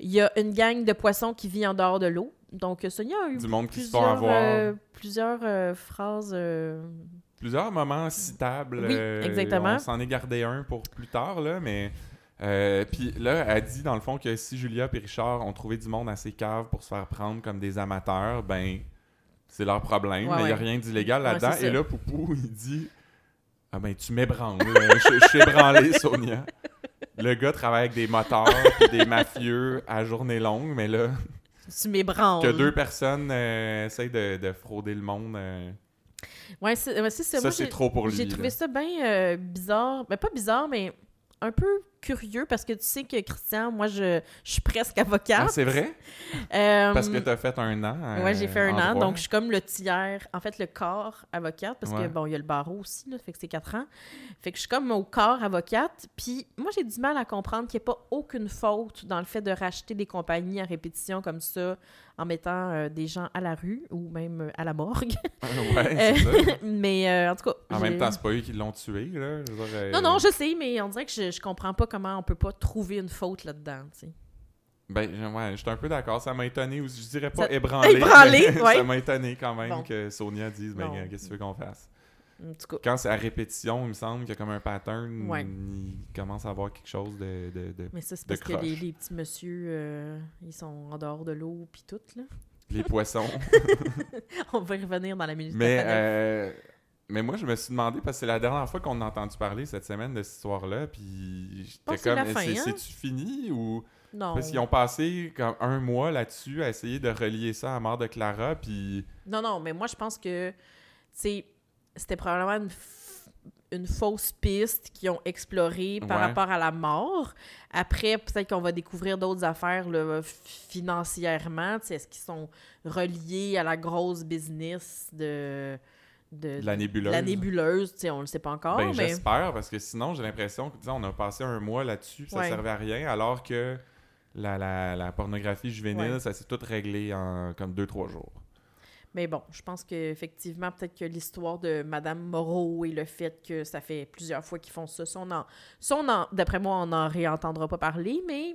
B: il y a une gang de poissons qui vit en dehors de l'eau. Donc, euh, Sonia a eu
A: Du monde qui se font
B: plusieurs,
A: avoir.
B: euh, plusieurs euh, phrases. euh,
A: Plusieurs moments citables.
B: Oui,
A: euh,
B: exactement.
A: On s'en est gardé un pour plus tard, là, mais Euh, Puis là, elle dit dans le fond que si Julia et Richard ont trouvé du monde à ces caves pour se faire prendre comme des amateurs, ben c'est leur problème,
B: Ouais,
A: mais il n'y a
B: ouais.
A: rien d'illégal
B: Ouais,
A: là-dedans.
B: c'est ça.
A: et là, Poupou, il dit Ah ben tu m'ébranles, euh, je, je suis
B: (laughs)
A: ébranlé, Sonia. Le gars travaille avec des moteurs puis des mafieux à journée longue, mais là,
B: Tu m'ébranles.
A: que deux personnes euh, essayent de, de frauder le monde, euh,
B: Ouais, c'est ouais, c'est ça.
A: ça
B: Moi,
A: c'est
B: j'ai-
A: trop pour lui.
B: J'ai
A: là.
B: trouvé ça bien euh, bizarre. Ben, pas bizarre, mais un peu curieux parce que tu sais que Christian, moi, je, je suis presque avocate.
A: Ah, c'est vrai?
B: Euh,
A: Parce que tu as fait un an.
B: Ouais, j'ai fait
A: Euh,
B: un an, donc je
A: je...
B: suis comme le tiers, en fait, le corps avocate, parce
A: Ouais.
B: que, bon, il y a le barreau aussi, là, fait que c'est quatre ans. Fait que je suis comme au corps avocate, puis moi, j'ai du mal à comprendre qu'il n'y a pas aucune faute dans le fait de racheter des compagnies à répétition comme ça, en mettant euh, des gens à la rue ou même euh, à la morgue.
A: (laughs)
B: (laughs)
A: ouais, c'est ça.
B: mais euh, en tout cas...
A: En
B: j'ai-
A: même temps, c'est pas eux qui l'ont tué, là. Je veux dire, euh,
B: Non, non, je sais, mais on dirait que je, je comprends pas comment on peut pas trouver une faute là-dedans, tu sais.
A: Ben, je- ouais, j'étais un peu d'accord. Ça m'a étonné, ou je dirais pas
B: Ça-
A: ébranlé.
B: (laughs) Ébranlé,
A: mais
B: ouais.
A: (laughs) Ça m'a étonné quand même
B: Bon.
A: que Sonia dise, ben,
B: Non.
A: euh, qu'est-ce que tu veux qu'on fasse?
B: En tout cas,
A: Quand c'est à répétition, il me semble qu'il y a comme un pattern.
B: Ouais.
A: Il commence à avoir quelque chose de. de-
B: (laughs)
A: de-
B: mais ça, c'est
A: De
B: parce que les,
A: croche.
B: les petits messieurs, euh, ils sont en dehors de l'eau, puis tout, là.
A: Les poissons.
B: (laughs) On va y revenir dans la minute.
A: (laughs) mais, euh,
B: personnelle.
A: mais moi, je me suis demandé, parce que c'est la dernière fois qu'on a entendu parler cette semaine de cette histoire-là, puis j'étais
B: pense que c'est
A: comme,
B: la
A: eh,
B: fin,
A: c'est-
B: hein?
A: c'est-tu fini ou.
B: non.
A: Parce qu'ils ont passé comme un mois là-dessus à essayer de relier ça à la mort de Clara, puis
B: non, non, mais moi, je pense que, tu sais, c'était probablement une, f- une fausse piste qu'ils ont explorée par
A: Ouais.
B: rapport à la mort. Après, peut-être qu'on va découvrir d'autres affaires là, f- financièrement. Tu sais, est-ce qu'ils sont reliés à la grosse business de, de,
A: de la nébuleuse.
B: Euh, la nébuleuse? Tu sais, on le sait pas encore,
A: Ben,
B: mais...
A: J'espère, parce que sinon, j'ai l'impression que, disons, on a passé un mois là-dessus, puis ça
B: Ouais.
A: servait à rien, alors que la, la- la pornographie juvénile,
B: Ouais.
A: ça s'est tout réglé en comme deux, trois jours.
B: Mais bon, je pense qu'effectivement, peut-être que l'histoire de Madame Moreau et le fait que ça fait plusieurs fois qu'ils font ça, ça, on en- ça, on en- d'après moi, on n'en réentendra pas parler, mais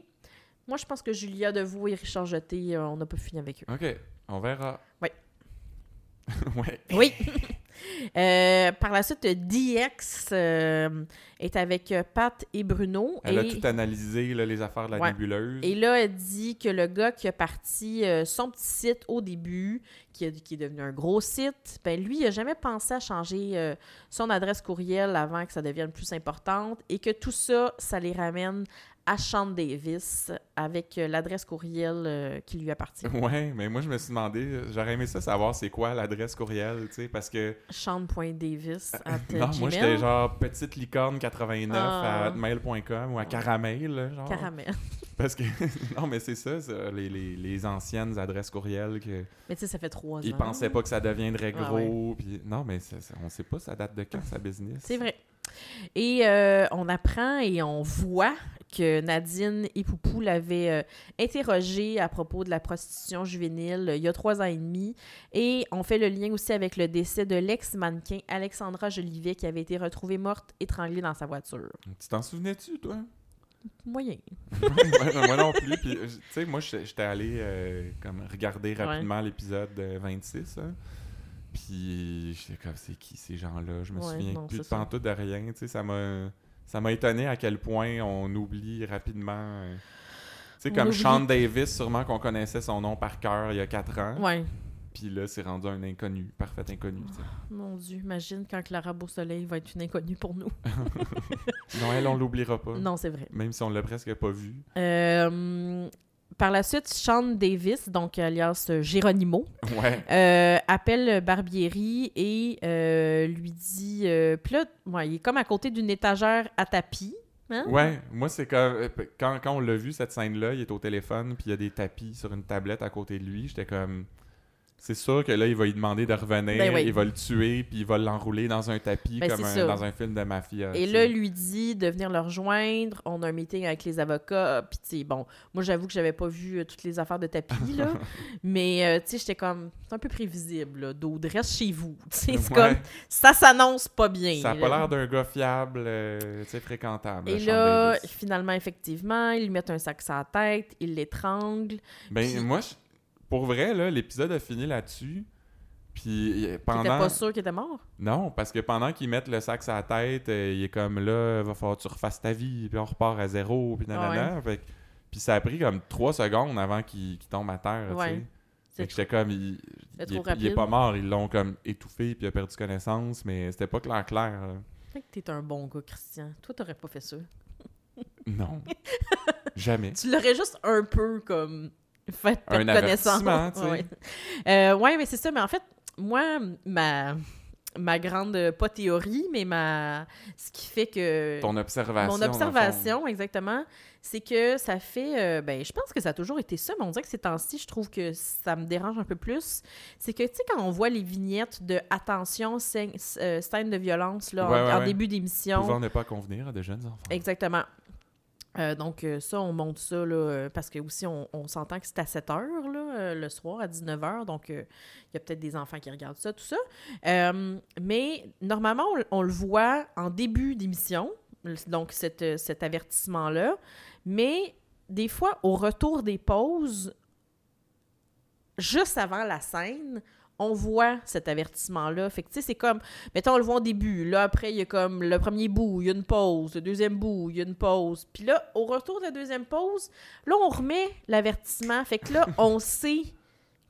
B: moi, je pense que Julia Deveau et Richard Jeté, euh, on n'a pas
A: (laughs)
B: fini avec eux.
A: OK, on verra.
B: Ouais.
A: (laughs) ouais.
B: Oui! (laughs) Euh, par la suite, DX euh, est avec euh, Pat et Bruno.
A: Elle
B: et...
A: a tout analysé, là, les affaires de la
B: Ouais.
A: nébuleuse.
B: Et là, elle dit que le gars qui a parti euh, son petit site au début, qui, a- qui est devenu un gros site, ben lui, il n'a jamais pensé à changer euh, son adresse courriel avant que ça devienne plus importante et que tout ça, ça les ramène à Sean Davis avec euh, l'adresse courriel euh, qui lui
A: (laughs)
B: appartient.
A: Ouais, mais moi, je me suis demandé, j'aurais aimé ça savoir c'est quoi l'adresse courriel, tu sais, parce que
B: Sean.davis at
A: Euh, Non, moi j'étais
B: gmail.
A: genre petite licorne 89
B: Ah.
A: à hotmail.com ou à caramel, là, genre.
B: Caramel.
A: Parce que (laughs) non, mais c'est ça, ça, les, les- les anciennes adresses courriel que
B: Mais tu sais, ça fait trois
A: ils
B: ans.
A: pensaient pas que ça deviendrait
B: Ah
A: gros. puis- non, mais c'est- c'est- on sait pas ça date de quand sa business.
B: C'est vrai. Et euh, on apprend et on voit que Nadine et Poupou l'avaient euh, interrogée à propos de la prostitution juvénile euh, il y a trois ans et demi. Et on fait le lien aussi avec le décès de l'ex-mannequin Alexandra Jolivet qui avait été retrouvée morte étranglée dans sa voiture.
A: Tu t'en souvenais-tu, toi
B: Moyen.
A: moi, moi non plus. Puis, euh, tu sais, moi, j'étais j'étais allé euh, comme regarder rapidement l'épisode euh, 26. hein. Puis, j'étais comme, c'est qui ces gens-là? Je me
B: Ouais,
A: souviens
B: non,
A: plus
B: c'est
A: de
B: ça.
A: pantoute de rien. Tu sais, ça m'a. Ça m'a étonné à quel point on oublie rapidement. euh, Tu sais,
B: On
A: comme
B: oublie.
A: Sean Davis, sûrement qu'on connaissait son nom par cœur il y a quatre ans.
B: Ouais.
A: Puis là, c'est rendu un inconnu, parfait inconnu. tu sais.
B: Mon Dieu, imagine quand Clara Beausoleil va être une inconnue pour nous.
A: Non, elle, on l'oubliera pas.
B: Non, c'est vrai.
A: Même si on l'a presque pas vu.
B: Euh, par la suite, Sean Davis, donc alias euh, Géronimo,
A: Ouais.
B: Euh, appelle Barbieri et euh, lui dit. Euh, puis là, ouais, il est comme à côté d'une étagère à tapis. Hein?
A: Ouais, moi c'est comme euh, quand, quand on l'a vu cette scène-là, il est au téléphone puis il y a des tapis sur une tablette à côté de lui. J'étais comme, c'est sûr que là il va lui demander de revenir,
B: Ben oui.
A: il va le tuer puis il va l'enrouler dans un tapis
B: Ben,
A: comme
B: c'est
A: un-
B: ça.
A: dans un film de mafia.
B: Et
A: tu
B: là,
A: sais.
B: lui dit de venir le rejoindre. On a un meeting avec les avocats. Puis, tu sais, bon, moi, j'avoue que j'avais pas vu euh, toutes les affaires de tapis,
A: (laughs)
B: là. mais, euh, tu sais, j'étais comme, c'est un peu prévisible, là. D'autres reste chez vous. (laughs) Tu sais, c'est
A: Ouais.
B: comme, ça s'annonce pas bien.
A: ça a pas
B: là.
A: l'air d'un gars fiable, euh, tu sais fréquentable.
B: Et
A: Sean
B: là,
A: Davis.
B: finalement, effectivement, ils lui mettent un sac sur la tête, ils l'étranglent.
A: ben
B: puis-
A: moi, je- pour vrai là, l'épisode a fini là-dessus. Puis euh,
B: T'étais
A: pendant.
B: pas sûr qu'il était mort?
A: Non, parce que pendant qu'ils mettent le sac sur la tête, euh, il est comme là, va falloir que tu refasses ta vie, puis on repart à zéro,
B: Ah
A: puis nanana. Fait que- puis ça a pris comme trois secondes avant qu'il qu'il tombe à terre. tu
B: Ouais.
A: sais.
B: C'est
A: Fait que j'étais comme, il,
B: C'est
A: il est,
B: trop
A: il est
B: rapide.
A: pas mort, ils l'ont comme étouffé, puis il a perdu connaissance, mais c'était pas clair, clair. là.
B: Fait que t'es un bon gars, Christian. Toi, t'aurais pas fait ça. (laughs)
A: Non. Jamais.
B: Tu l'aurais juste un peu comme fait
A: Un
B: perdre connaissance.
A: avertissement, tu sais.
B: Ouais. Euh, ouais, mais c'est ça. Mais en fait, moi, ma, ma grande, euh, pas théorie, mais ma, ce qui fait que.
A: Ton observation.
B: Mon
A: dans le fond.
B: observation, exactement, c'est que ça fait. euh, ben, je pense que ça a toujours été ça, mais on dirait que ces temps-ci, je trouve que ça me dérange un peu plus. C'est que, tu sais, quand on voit les vignettes de attention, scène, euh, scène de violence, là, en-
A: Ouais, ouais,
B: en,
A: ouais.
B: début d'émission.
A: Pouvant ne pas convenir à de jeunes enfants.
B: Exactement. Euh, donc, euh, ça, on monte ça, là, euh, parce que aussi, on, on s'entend que c'est à 7 heures, là, euh, le soir, à 19 heures. Donc, euh, il y a peut-être des enfants qui regardent ça, tout ça. Euh, mais normalement, on, l- on le voit en début d'émission, l- donc cette, euh, cet avertissement-là. Mais des fois, au retour des pauses, juste avant la scène, on voit cet avertissement-là. Fait que, tu sais, c'est comme, mettons, on le voit au début. Là, après, il y a comme le premier bout, il y a une pause. Le deuxième bout, il y a une pause. Puis là, au retour de la deuxième pause, là, on remet l'avertissement. Fait
A: (laughs)
B: que là, on sait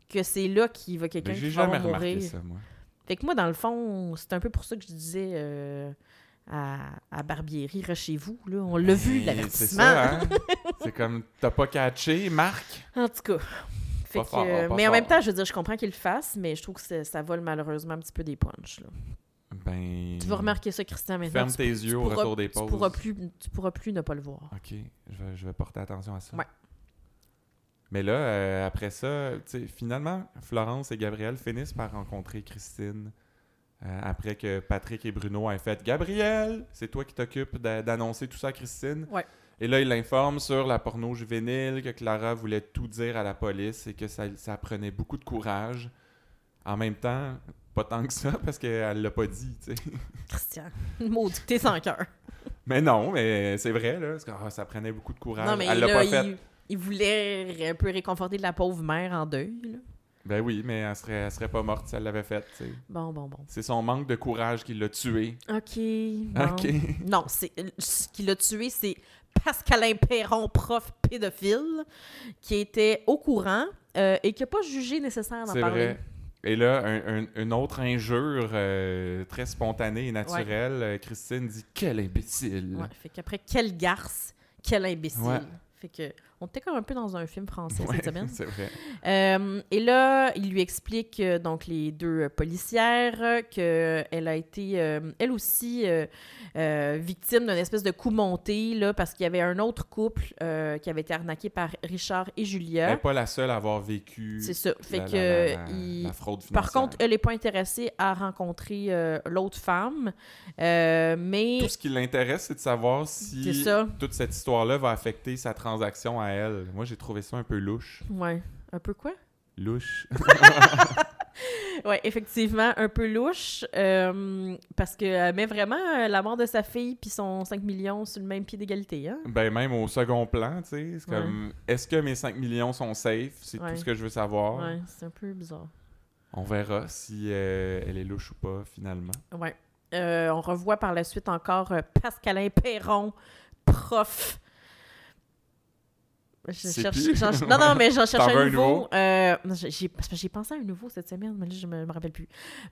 B: que c'est là qu'il va quelqu'un
A: Mais
B: qui
A: j'ai
B: va
A: jamais
B: mourir.
A: remarqué ça, moi.
B: Fait que moi, dans le fond, c'est un peu pour ça que je disais euh, à, à Barbieri, reste chez vous. Là, on l'a
A: Et
B: vu,
A: Ben, C'est
B: l'avertissement.
A: ça,
B: (laughs)
A: hein? C'est comme, t'as pas catché, Marc?
B: En tout cas. Fait
A: Pas
B: que,
A: fort, hein, pas
B: mais
A: fort.
B: en même temps, je veux dire, je comprends qu'il le fasse, mais je trouve que c'est- ça vole malheureusement un petit peu des punchs. là.
A: Ben.
B: Tu vas remarquer ça, Christian, maintenant.
A: Ferme
B: tu,
A: tes yeux au
B: pourras-
A: retour des
B: tu
A: pauses.
B: pourras plus, tu pourras plus ne pas le voir.
A: OK, je vais, je vais porter attention à ça.
B: Ouais.
A: Mais là, euh, après ça, tu sais, finalement, Florence et Gabriel finissent par rencontrer Christine euh, après que Patrick et Bruno aient fait Gabriel, c'est toi qui t'occupes d'a- d'annoncer tout ça à Christine.
B: Ouais.
A: Et là, il l'informe sur la porno juvénile, que Clara voulait tout dire à la police et que ça, ça prenait beaucoup de courage. En même temps, pas tant que ça parce qu'elle l'a pas dit, tu sais.
B: Christian, (laughs) maudit, t'es sans cœur.
A: Mais non, mais c'est vrai, là. parce que, ah, ça prenait beaucoup de courage.
B: Non, mais
A: Elle l'a
B: là,
A: pas fait.
B: il, il voulait un peu réconforter la pauvre mère en deuil. là.
A: Ben oui, mais elle serait, elle serait pas morte si elle l'avait faite. tu sais.
B: Bon, bon, bon.
A: C'est son manque de courage qui l'a tué.
B: OK. bon.
A: OK.
B: Non, c'est ce qui l'a tué, c'est Pascalin Perron, prof pédophile, qui était au courant euh, et qui n'a pas jugé nécessaire
A: (laughs)
B: d'en
A: C'est
B: parler.
A: vrai. Et là, un- un- une autre injure euh, très spontanée et naturelle. euh, Christine dit Quel imbécile
B: Ouais, fait qu'après, quelle garce, quel imbécile.
A: Ouais.
B: Fait que, on était comme un peu dans un film français
A: (laughs) Ouais,
B: cette semaine.
A: C'est vrai.
B: Euh, et là, il lui explique, euh, donc, les deux euh, policières, qu'elle a été, euh, elle aussi, euh, euh, victime d'une espèce de coup monté, là, parce qu'il y avait un autre couple euh, qui avait été arnaqué par Richard et Julia.
A: Elle n'est pas la seule à avoir vécu
B: C'est ça. Fait
A: la,
B: que.
A: la- la- la-
B: il-
A: la fraude
B: Par
A: financière.
B: contre, elle n'est pas intéressée à rencontrer euh, l'autre femme, euh, mais
A: tout ce qui l'intéresse, c'est de savoir
B: C'est
A: si
B: ça.
A: toute cette histoire-là va affecter sa transaction à elle. Moi, j'ai trouvé ça un peu louche.
B: ouais, un peu quoi
A: Louche.
B: Ouais, effectivement, un peu louche euh, parce qu'elle met vraiment euh, la mort de sa fille puis son 5 millions sur le même pied d'égalité, hein
A: Ben, même au second plan, tu sais, c'est
B: Ouais.
A: comme est-ce que mes 5 millions sont safe C'est
B: Ouais.
A: tout ce que je veux savoir.
B: Ouais, c'est un peu bizarre.
A: On verra si euh, elle est louche ou pas finalement.
B: Ouais. Euh, on revoit par la suite encore euh, Pascalin Perron, prof. Je
A: C'est
B: cherche,
A: plus.
B: j'en-
A: (laughs)
B: non, non, mais j'en cherche
A: veux
B: un
A: un
B: nouveau.
A: nouveau?
B: Euh, non, j'ai- j'ai parce que j'ai pensé à un nouveau cette semaine, mais là, je me, me rappelle plus.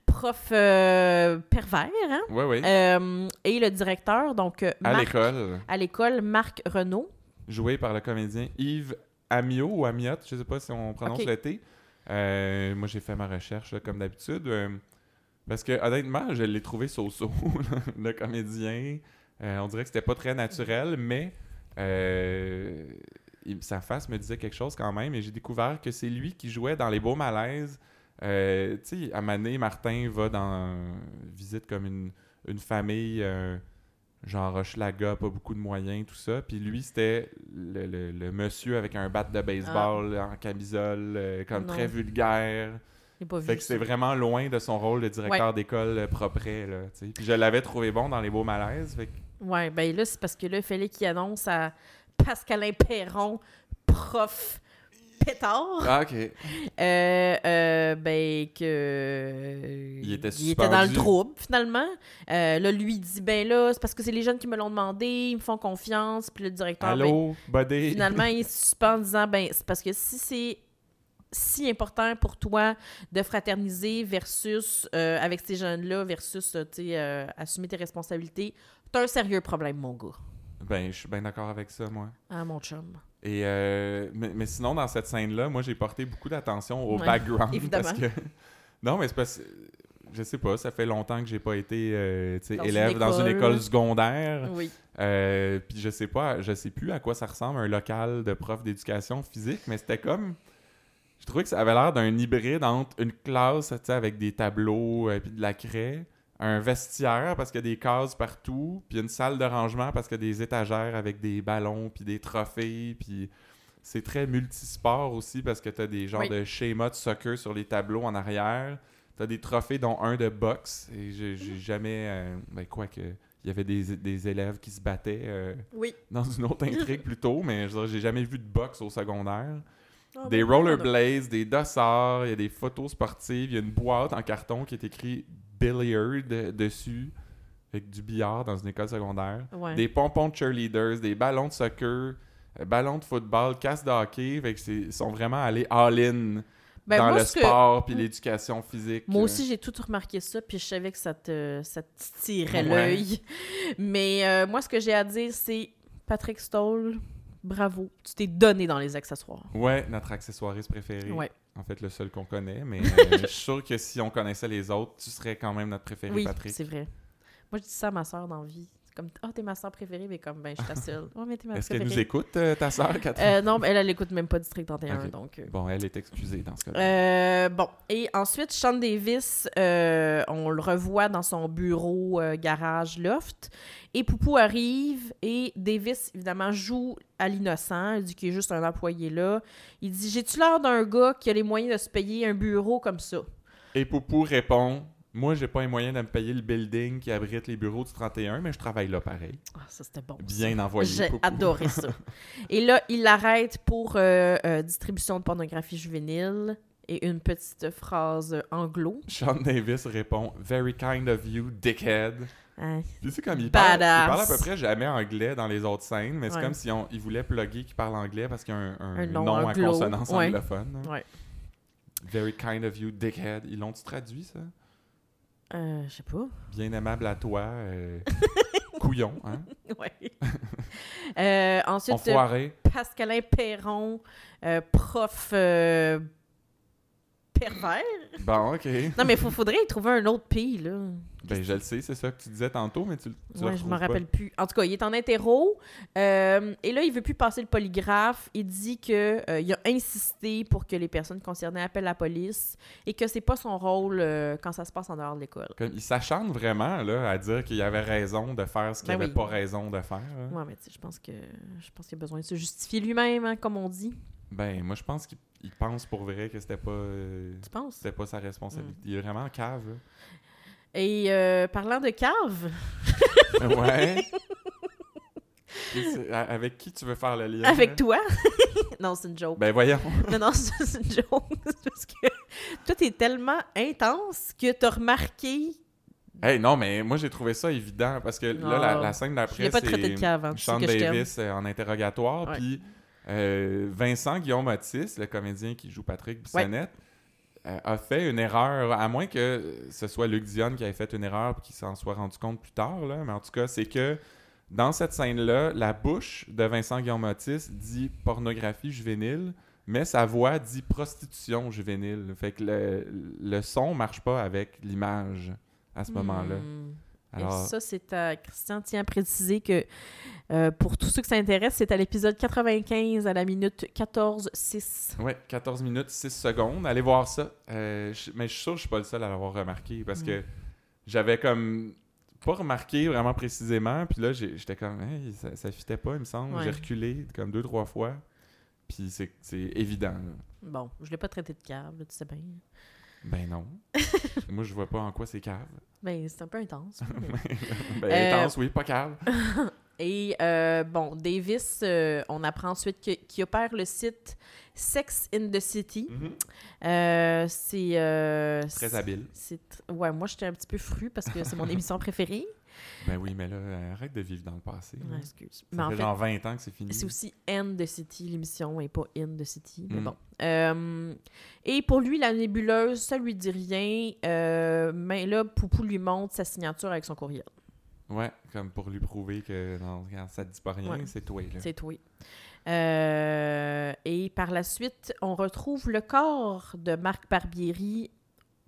B: Prof euh, pervers, hein?
A: Ouais, oui.
B: Euh, et le directeur, donc euh,
A: à
B: Marc-
A: l'école,
B: à l'école, Marc Renault.
A: joué par le comédien Yves Amiot ou Amiot, je sais pas si on prononce
B: Ok.
A: le T. Euh, moi, j'ai fait ma recherche là, comme d'habitude. euh, parce que honnêtement, je l'ai trouvé so-so, (laughs) là, le comédien. Euh, on dirait que c'était pas très naturel, mais euh, il- sa face me disait quelque chose quand même. Et j'ai découvert que c'est lui qui jouait dans Les Beaux Malaises. Euh, tu sais, à Mané, Martin va dans. visite comme une, une famille, euh, genre Hochelaga, pas beaucoup de moyens, tout ça. Puis lui, c'était le, le- le monsieur avec un bat de baseball en camisole, euh, comme
B: Ah. Non.
A: très vulgaire.
B: J'ai pas vu.
A: Fait que c'est
B: ça.
A: vraiment loin de son rôle de directeur d'école euh, propre. Là, tu sais. Puis je l'avais trouvé bon dans Les Beaux Malaises. Fait que
B: Ouais, ben là, c'est parce que là, il fallait qu'il annonce à Pascalin Perron, prof pétard,
A: Ah, ok.
B: euh, euh, ben que...
A: Il était
B: dans le
A: suspendu.
B: trouble, finalement. Euh, là, lui, il dit, ben là, c'est parce que c'est les jeunes qui me l'ont demandé, ils me font confiance, puis le directeur... ben,
A: Allô, buddy.
B: Finalement, il se suspend en disant ben c'est parce que si c'est si important pour toi de fraterniser versus euh, avec ces jeunes-là versus euh, tu sais, euh, assumer tes responsabilités, t'as un sérieux problème, mon gars.
A: Ben, je suis bien d'accord avec ça, moi.
B: Ah mon chum.
A: Et euh, mais, mais sinon, dans cette scène-là, moi, j'ai porté beaucoup d'attention au
B: Ouais,
A: background.
B: évidemment.
A: Parce que... (laughs) Non, mais c'est parce que, je sais pas, ça fait longtemps que j'ai pas été euh, tu sais,
B: Dans une
A: élève dans une
B: école.
A: école secondaire.
B: Oui.
A: Euh, Puis je sais pas, je sais plus à quoi ça ressemble un local de prof d'éducation physique, mais c'était comme. Je trouvais que ça avait l'air d'un hybride entre une classe, tu sais, avec des tableaux et puis de la craie, un vestiaire parce qu'il y a des cases partout, puis une salle de rangement parce qu'il y a des étagères avec des ballons puis des trophées, puis c'est très multisport aussi parce que tu as des genres
B: Oui.
A: de schémas de soccer sur les tableaux en arrière. Tu as des trophées, dont un de boxe. Et j'ai j'ai jamais. euh, ben, quoi que. Il y avait des, des élèves qui se battaient euh,
B: Oui.
A: dans une autre intrigue plus tôt, mais je veux dire, j'ai jamais vu de boxe au secondaire.
B: Ah, ben,
A: des rollerblades, des dossards, il y a des photos sportives, il y a une boîte en carton qui est écrit billiard dessus, avec du billard dans une école secondaire
B: Ouais.
A: des pompons de cheerleaders, des ballons de soccer, euh, ballons de football, casse de hockey. Fait que c'est- ils sont vraiment allés all-in
B: Ben,
A: dans
B: moi,
A: le
B: ce que-
A: sport puis l'éducation physique.
B: Moi
A: euh.
B: aussi, j'ai tout remarqué ça, puis je savais que ça te, ça te tirait
A: Ouais.
B: l'œil. (laughs) Mais euh, moi, ce que j'ai à dire, c'est Patrick Stoll, bravo. Tu t'es donné dans les accessoires.
A: Ouais, notre accessoiriste préféré.
B: Ouais.
A: En fait, le seul qu'on connaît,
B: (laughs)
A: mais euh, je suis sûr que si on connaissait les autres, tu serais quand même notre préféré,
B: Oui,
A: Patrick.
B: c'est vrai. Moi, je dis ça à ma soeur dans la vie. C'est Comme, ah, t'es ma soeur préférée, mais comme, ben, je suis ta (laughs) seule. Oh, mais t'es ma
A: Est-ce
B: soeur
A: qu'elle nous
B: préférée.
A: écoute, euh, ta sœur, Catherine?
B: Euh, non, mais elle, elle écoute même pas District
A: (laughs)
B: 31,
A: Ok.
B: donc. euh.
A: Bon, elle est excusée dans ce cas-là.
B: Euh, bon, et ensuite, Sean Davis, euh, on le revoit dans son bureau, euh, garage, loft. Et Poupou arrive et Davis, évidemment, joue à l'innocent. Il dit qu'il est juste un employé là. Il dit J'ai-tu l'air d'un gars qui a les moyens de se payer un bureau comme ça
A: Et Poupou répond Moi, j'ai pas les moyens de me payer le building qui abrite les bureaux du 31, mais je travaille là pareil.
B: Ah, ça, c'était bon. ça.
A: Bien envoyé.
B: J'ai
A: Poupou.
B: adoré ça. Et là, il l'arrête pour euh, euh, distribution de pornographie juvénile et une petite phrase euh, anglo.
A: Sean Davis répond Very kind of you, dickhead.
B: Hein?
A: Puis c'est comme il parle, il
B: Badass.
A: parle à peu près jamais anglais dans les autres scènes, mais c'est
B: Ouais.
A: comme si on, il voulait plugger qu'il parle anglais parce qu'il y a un, un
B: Un nom
A: nom, à
B: anglo.
A: consonance
B: Ouais.
A: anglophone.
B: Ouais.
A: Very kind of you, dickhead. Ils l'ont-tu traduit ça
B: Euh, je sais pas.
A: Bien aimable à toi,
B: (laughs)
A: euh, couillon, hein (laughs)
B: Ouais. Euh, ensuite, euh,
A: Enfoiré.
B: Pascalin Perron, euh, prof euh, pervers.
A: Bon, ok.
B: Non, mais il faudrait y trouver un autre pays, là.
A: Ben, je le sais, c'est ça que tu disais tantôt, mais tu, le- tu le
B: Ouais, je
A: retrouves
B: me
A: pas.
B: rappelle plus. En tout cas, il est en interro. euh, et là, il veut plus passer le polygraphe. Il dit que euh, il a insisté pour que les personnes concernées appellent la police et que c'est pas son rôle euh, quand ça se passe en dehors de l'école.
A: Comme, il s'acharne vraiment là, à dire qu'il avait raison de faire ce qu'il
B: Ben
A: n'avait
B: oui.
A: pas raison de faire. hein.
B: Ouais, mais tu sais, je pense que je pense qu'il a besoin de se justifier lui-même, hein, comme on dit.
A: Ben, moi, je pense qu'il il pense pour vrai que c'était pas. euh,
B: Tu penses?
A: C'était pas sa responsabilité.
B: Mm.
A: Il est vraiment en cave.
B: (laughs)
A: là.
B: Et euh, parlant de cave,
A: ouais. Puis c'est- a- Avec qui tu veux faire le lien? là?
B: avec toi, (laughs) non, c'est une joke.
A: Ben voyons.
B: Non, (laughs) non, c'est c'est une joke. (laughs) C'est parce que toi, t'es tellement intense que t'as remarqué.
A: Hey, non, mais moi, j'ai trouvé ça évident parce que là, la,
B: Non.
A: la scène
B: Je
A: d'après,
B: l'ai pas traité de
A: c'est
B: cave, hein, tu sais
A: Sean
B: que je t'aime.
A: Davis euh, en interrogatoire.
B: Ouais.
A: Puis euh, Vincent Guillaume Otis, le comédien qui joue Patrick Bissonnette, euh, a fait une erreur, à moins que ce soit Luc Dionne qui ait fait une erreur et qu'il s'en soit rendu compte plus tard. Là, mais en tout cas, c'est que dans cette scène-là, la bouche de Vincent Guillaume Otis dit pornographie juvénile, mais sa voix dit prostitution juvénile. Fait que le, le son marche pas avec l'image à ce moment-là.
B: Hmm. Et
A: Alors,
B: ça, c'est à Christian tient à préciser que euh, pour tous ceux que ça intéresse, c'est à l'épisode 95 à la minute 14-6.
A: Ouais, 14 minutes, 6 secondes. Allez voir ça. Euh, je- mais je suis sûr que je suis pas le seul à l'avoir remarqué parce
B: Mm.
A: que j'avais comme pas remarqué vraiment précisément. Puis là, j'ai- j'étais comme, Hey, ça, ça fitait pas, il me semble.
B: Ouais.
A: J'ai reculé comme deux, trois fois. Puis c'est c'est évident. là.
B: Bon, je l'ai pas traité de cave, là, tu sais bien.
A: Ben
B: (laughs)
A: non. Moi, je vois pas en quoi c'est cave. (laughs)
B: Ben, c'est un peu intense. oui, mais-
A: ben,
B: Euh,
A: intense, oui, pas cave.
B: Et euh, bon, Davis, euh, on apprend ensuite que- qu'il opère le site Sex in the City.
A: Mhm.
B: Euh, c'est. euh,
A: Très
B: c'est-
A: habile.
B: c'est tr- Ouais, moi, j'étais un petit peu fru parce que
A: (laughs)
B: c'est mon émission préférée.
A: Ben oui, mais là, euh, arrête de vivre dans le passé. là.
B: Ouais, excuse.
A: Ça
B: Mais en
A: fait
B: fait,
A: genre 20 ans que c'est fini.
B: c'est aussi N de City, l'émission, et pas In de City. Mais
A: Mm.
B: bon. Euh, et pour lui, la nébuleuse, ça lui dit rien. euh, mais là, Poupou lui montre sa signature avec son courriel.
A: Ouais, comme pour lui prouver que non, regarde, ça te dit pas rien,
B: Ouais.
A: c'est toi. Là.
B: C'est tout. oui. Euh, et par la suite, on retrouve le corps de Marc Barbieri.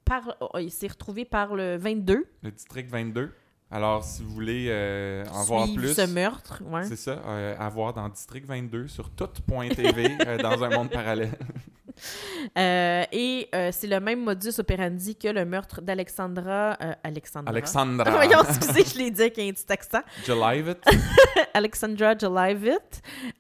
B: Par, oh, il s'est retrouvé par le 22.
A: Le district 22. Alors, si vous voulez euh, en voir
B: suivre
A: plus,
B: ce meurtre. ouais.
A: c'est ça, euh, à voir dans district 22 sur
B: (laughs)
A: tout.tv euh, dans un monde parallèle.
B: Euh, et euh, c'est le même modus operandi que le meurtre d'Alexandra. euh, Alexandra.
A: Alexandra.
B: (laughs) Voyons, excusez, je l'ai dit avec un petit accent.
A: Jelivet.
B: Alexandra Jelivet.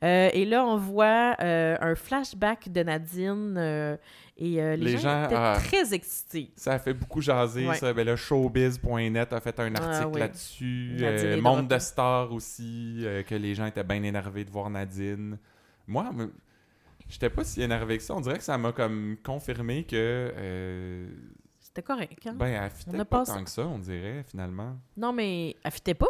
B: Euh, et là, on voit euh, un flashback de Nadine. euh, et euh, les,
A: Les
B: gens,
A: gens,
B: étaient
A: ah.
B: très excités.
A: Ça a fait beaucoup jaser,
B: Ouais.
A: ça. Ben là, showbiz.net a fait un
B: Ah,
A: article
B: oui.
A: là-dessus.
B: Nadine
A: Euh,
B: est de
A: Monde
B: retour.
A: de stars aussi, euh, que les gens étaient bien énervés de voir Nadine. Moi, me- j'étais pas si énervé que ça. On dirait que ça m'a comme confirmé que... euh,
B: C'était correct. hein?
A: ben, elle
B: On a
A: fitait pas
B: passé-
A: tant que ça, on dirait, finalement.
B: Non, mais elle fitait pas.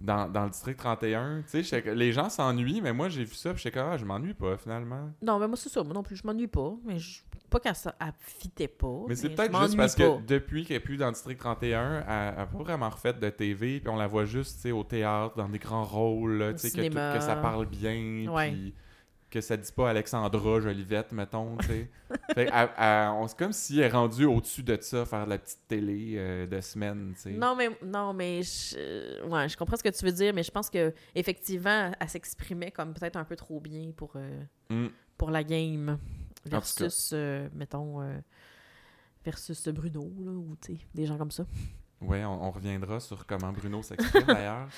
A: Dans, dans le district 31, tu sais, j'étais que- les gens s'ennuient, mais moi, j'ai vu ça, puis j'étais comme, ah, je m'ennuie pas, finalement.
B: Non, mais moi, c'est ça. Moi non plus, je m'ennuie pas. Mais je... pas qu'elle ça... elle fitait pas.
A: Mais c'est
B: je
A: peut-être juste
B: m'ennuie
A: parce
B: pas.
A: que depuis qu'elle est plus dans le District 31, elle n'a pas vraiment refait de TV, puis on la voit juste tu sais, au théâtre, dans des grands rôles, là,
B: Au
A: tu sais, que, tout-
B: cinéma.
A: que ça parle bien,
B: Ouais.
A: puis que ça dit pas Alexandra Jolivette, mettons. tu
B: (laughs)
A: sais. Fait qu'elle- elle- on- c'est comme si elle est rendue au-dessus de ça, faire de la petite télé euh, de semaine. tu sais.
B: Non, mais, non, mais je... euh, ouais, je comprends ce que tu veux dire, mais je pense que effectivement elle s'exprimait comme peut-être un peu trop bien pour, euh,
A: Mm.
B: pour la game.
A: tout cas.
B: Versus, euh, mettons, euh, versus Bruno, là, ou tu sais, des gens comme ça.
A: Ouais, on, on reviendra sur comment Bruno s'exprime (laughs) d'ailleurs.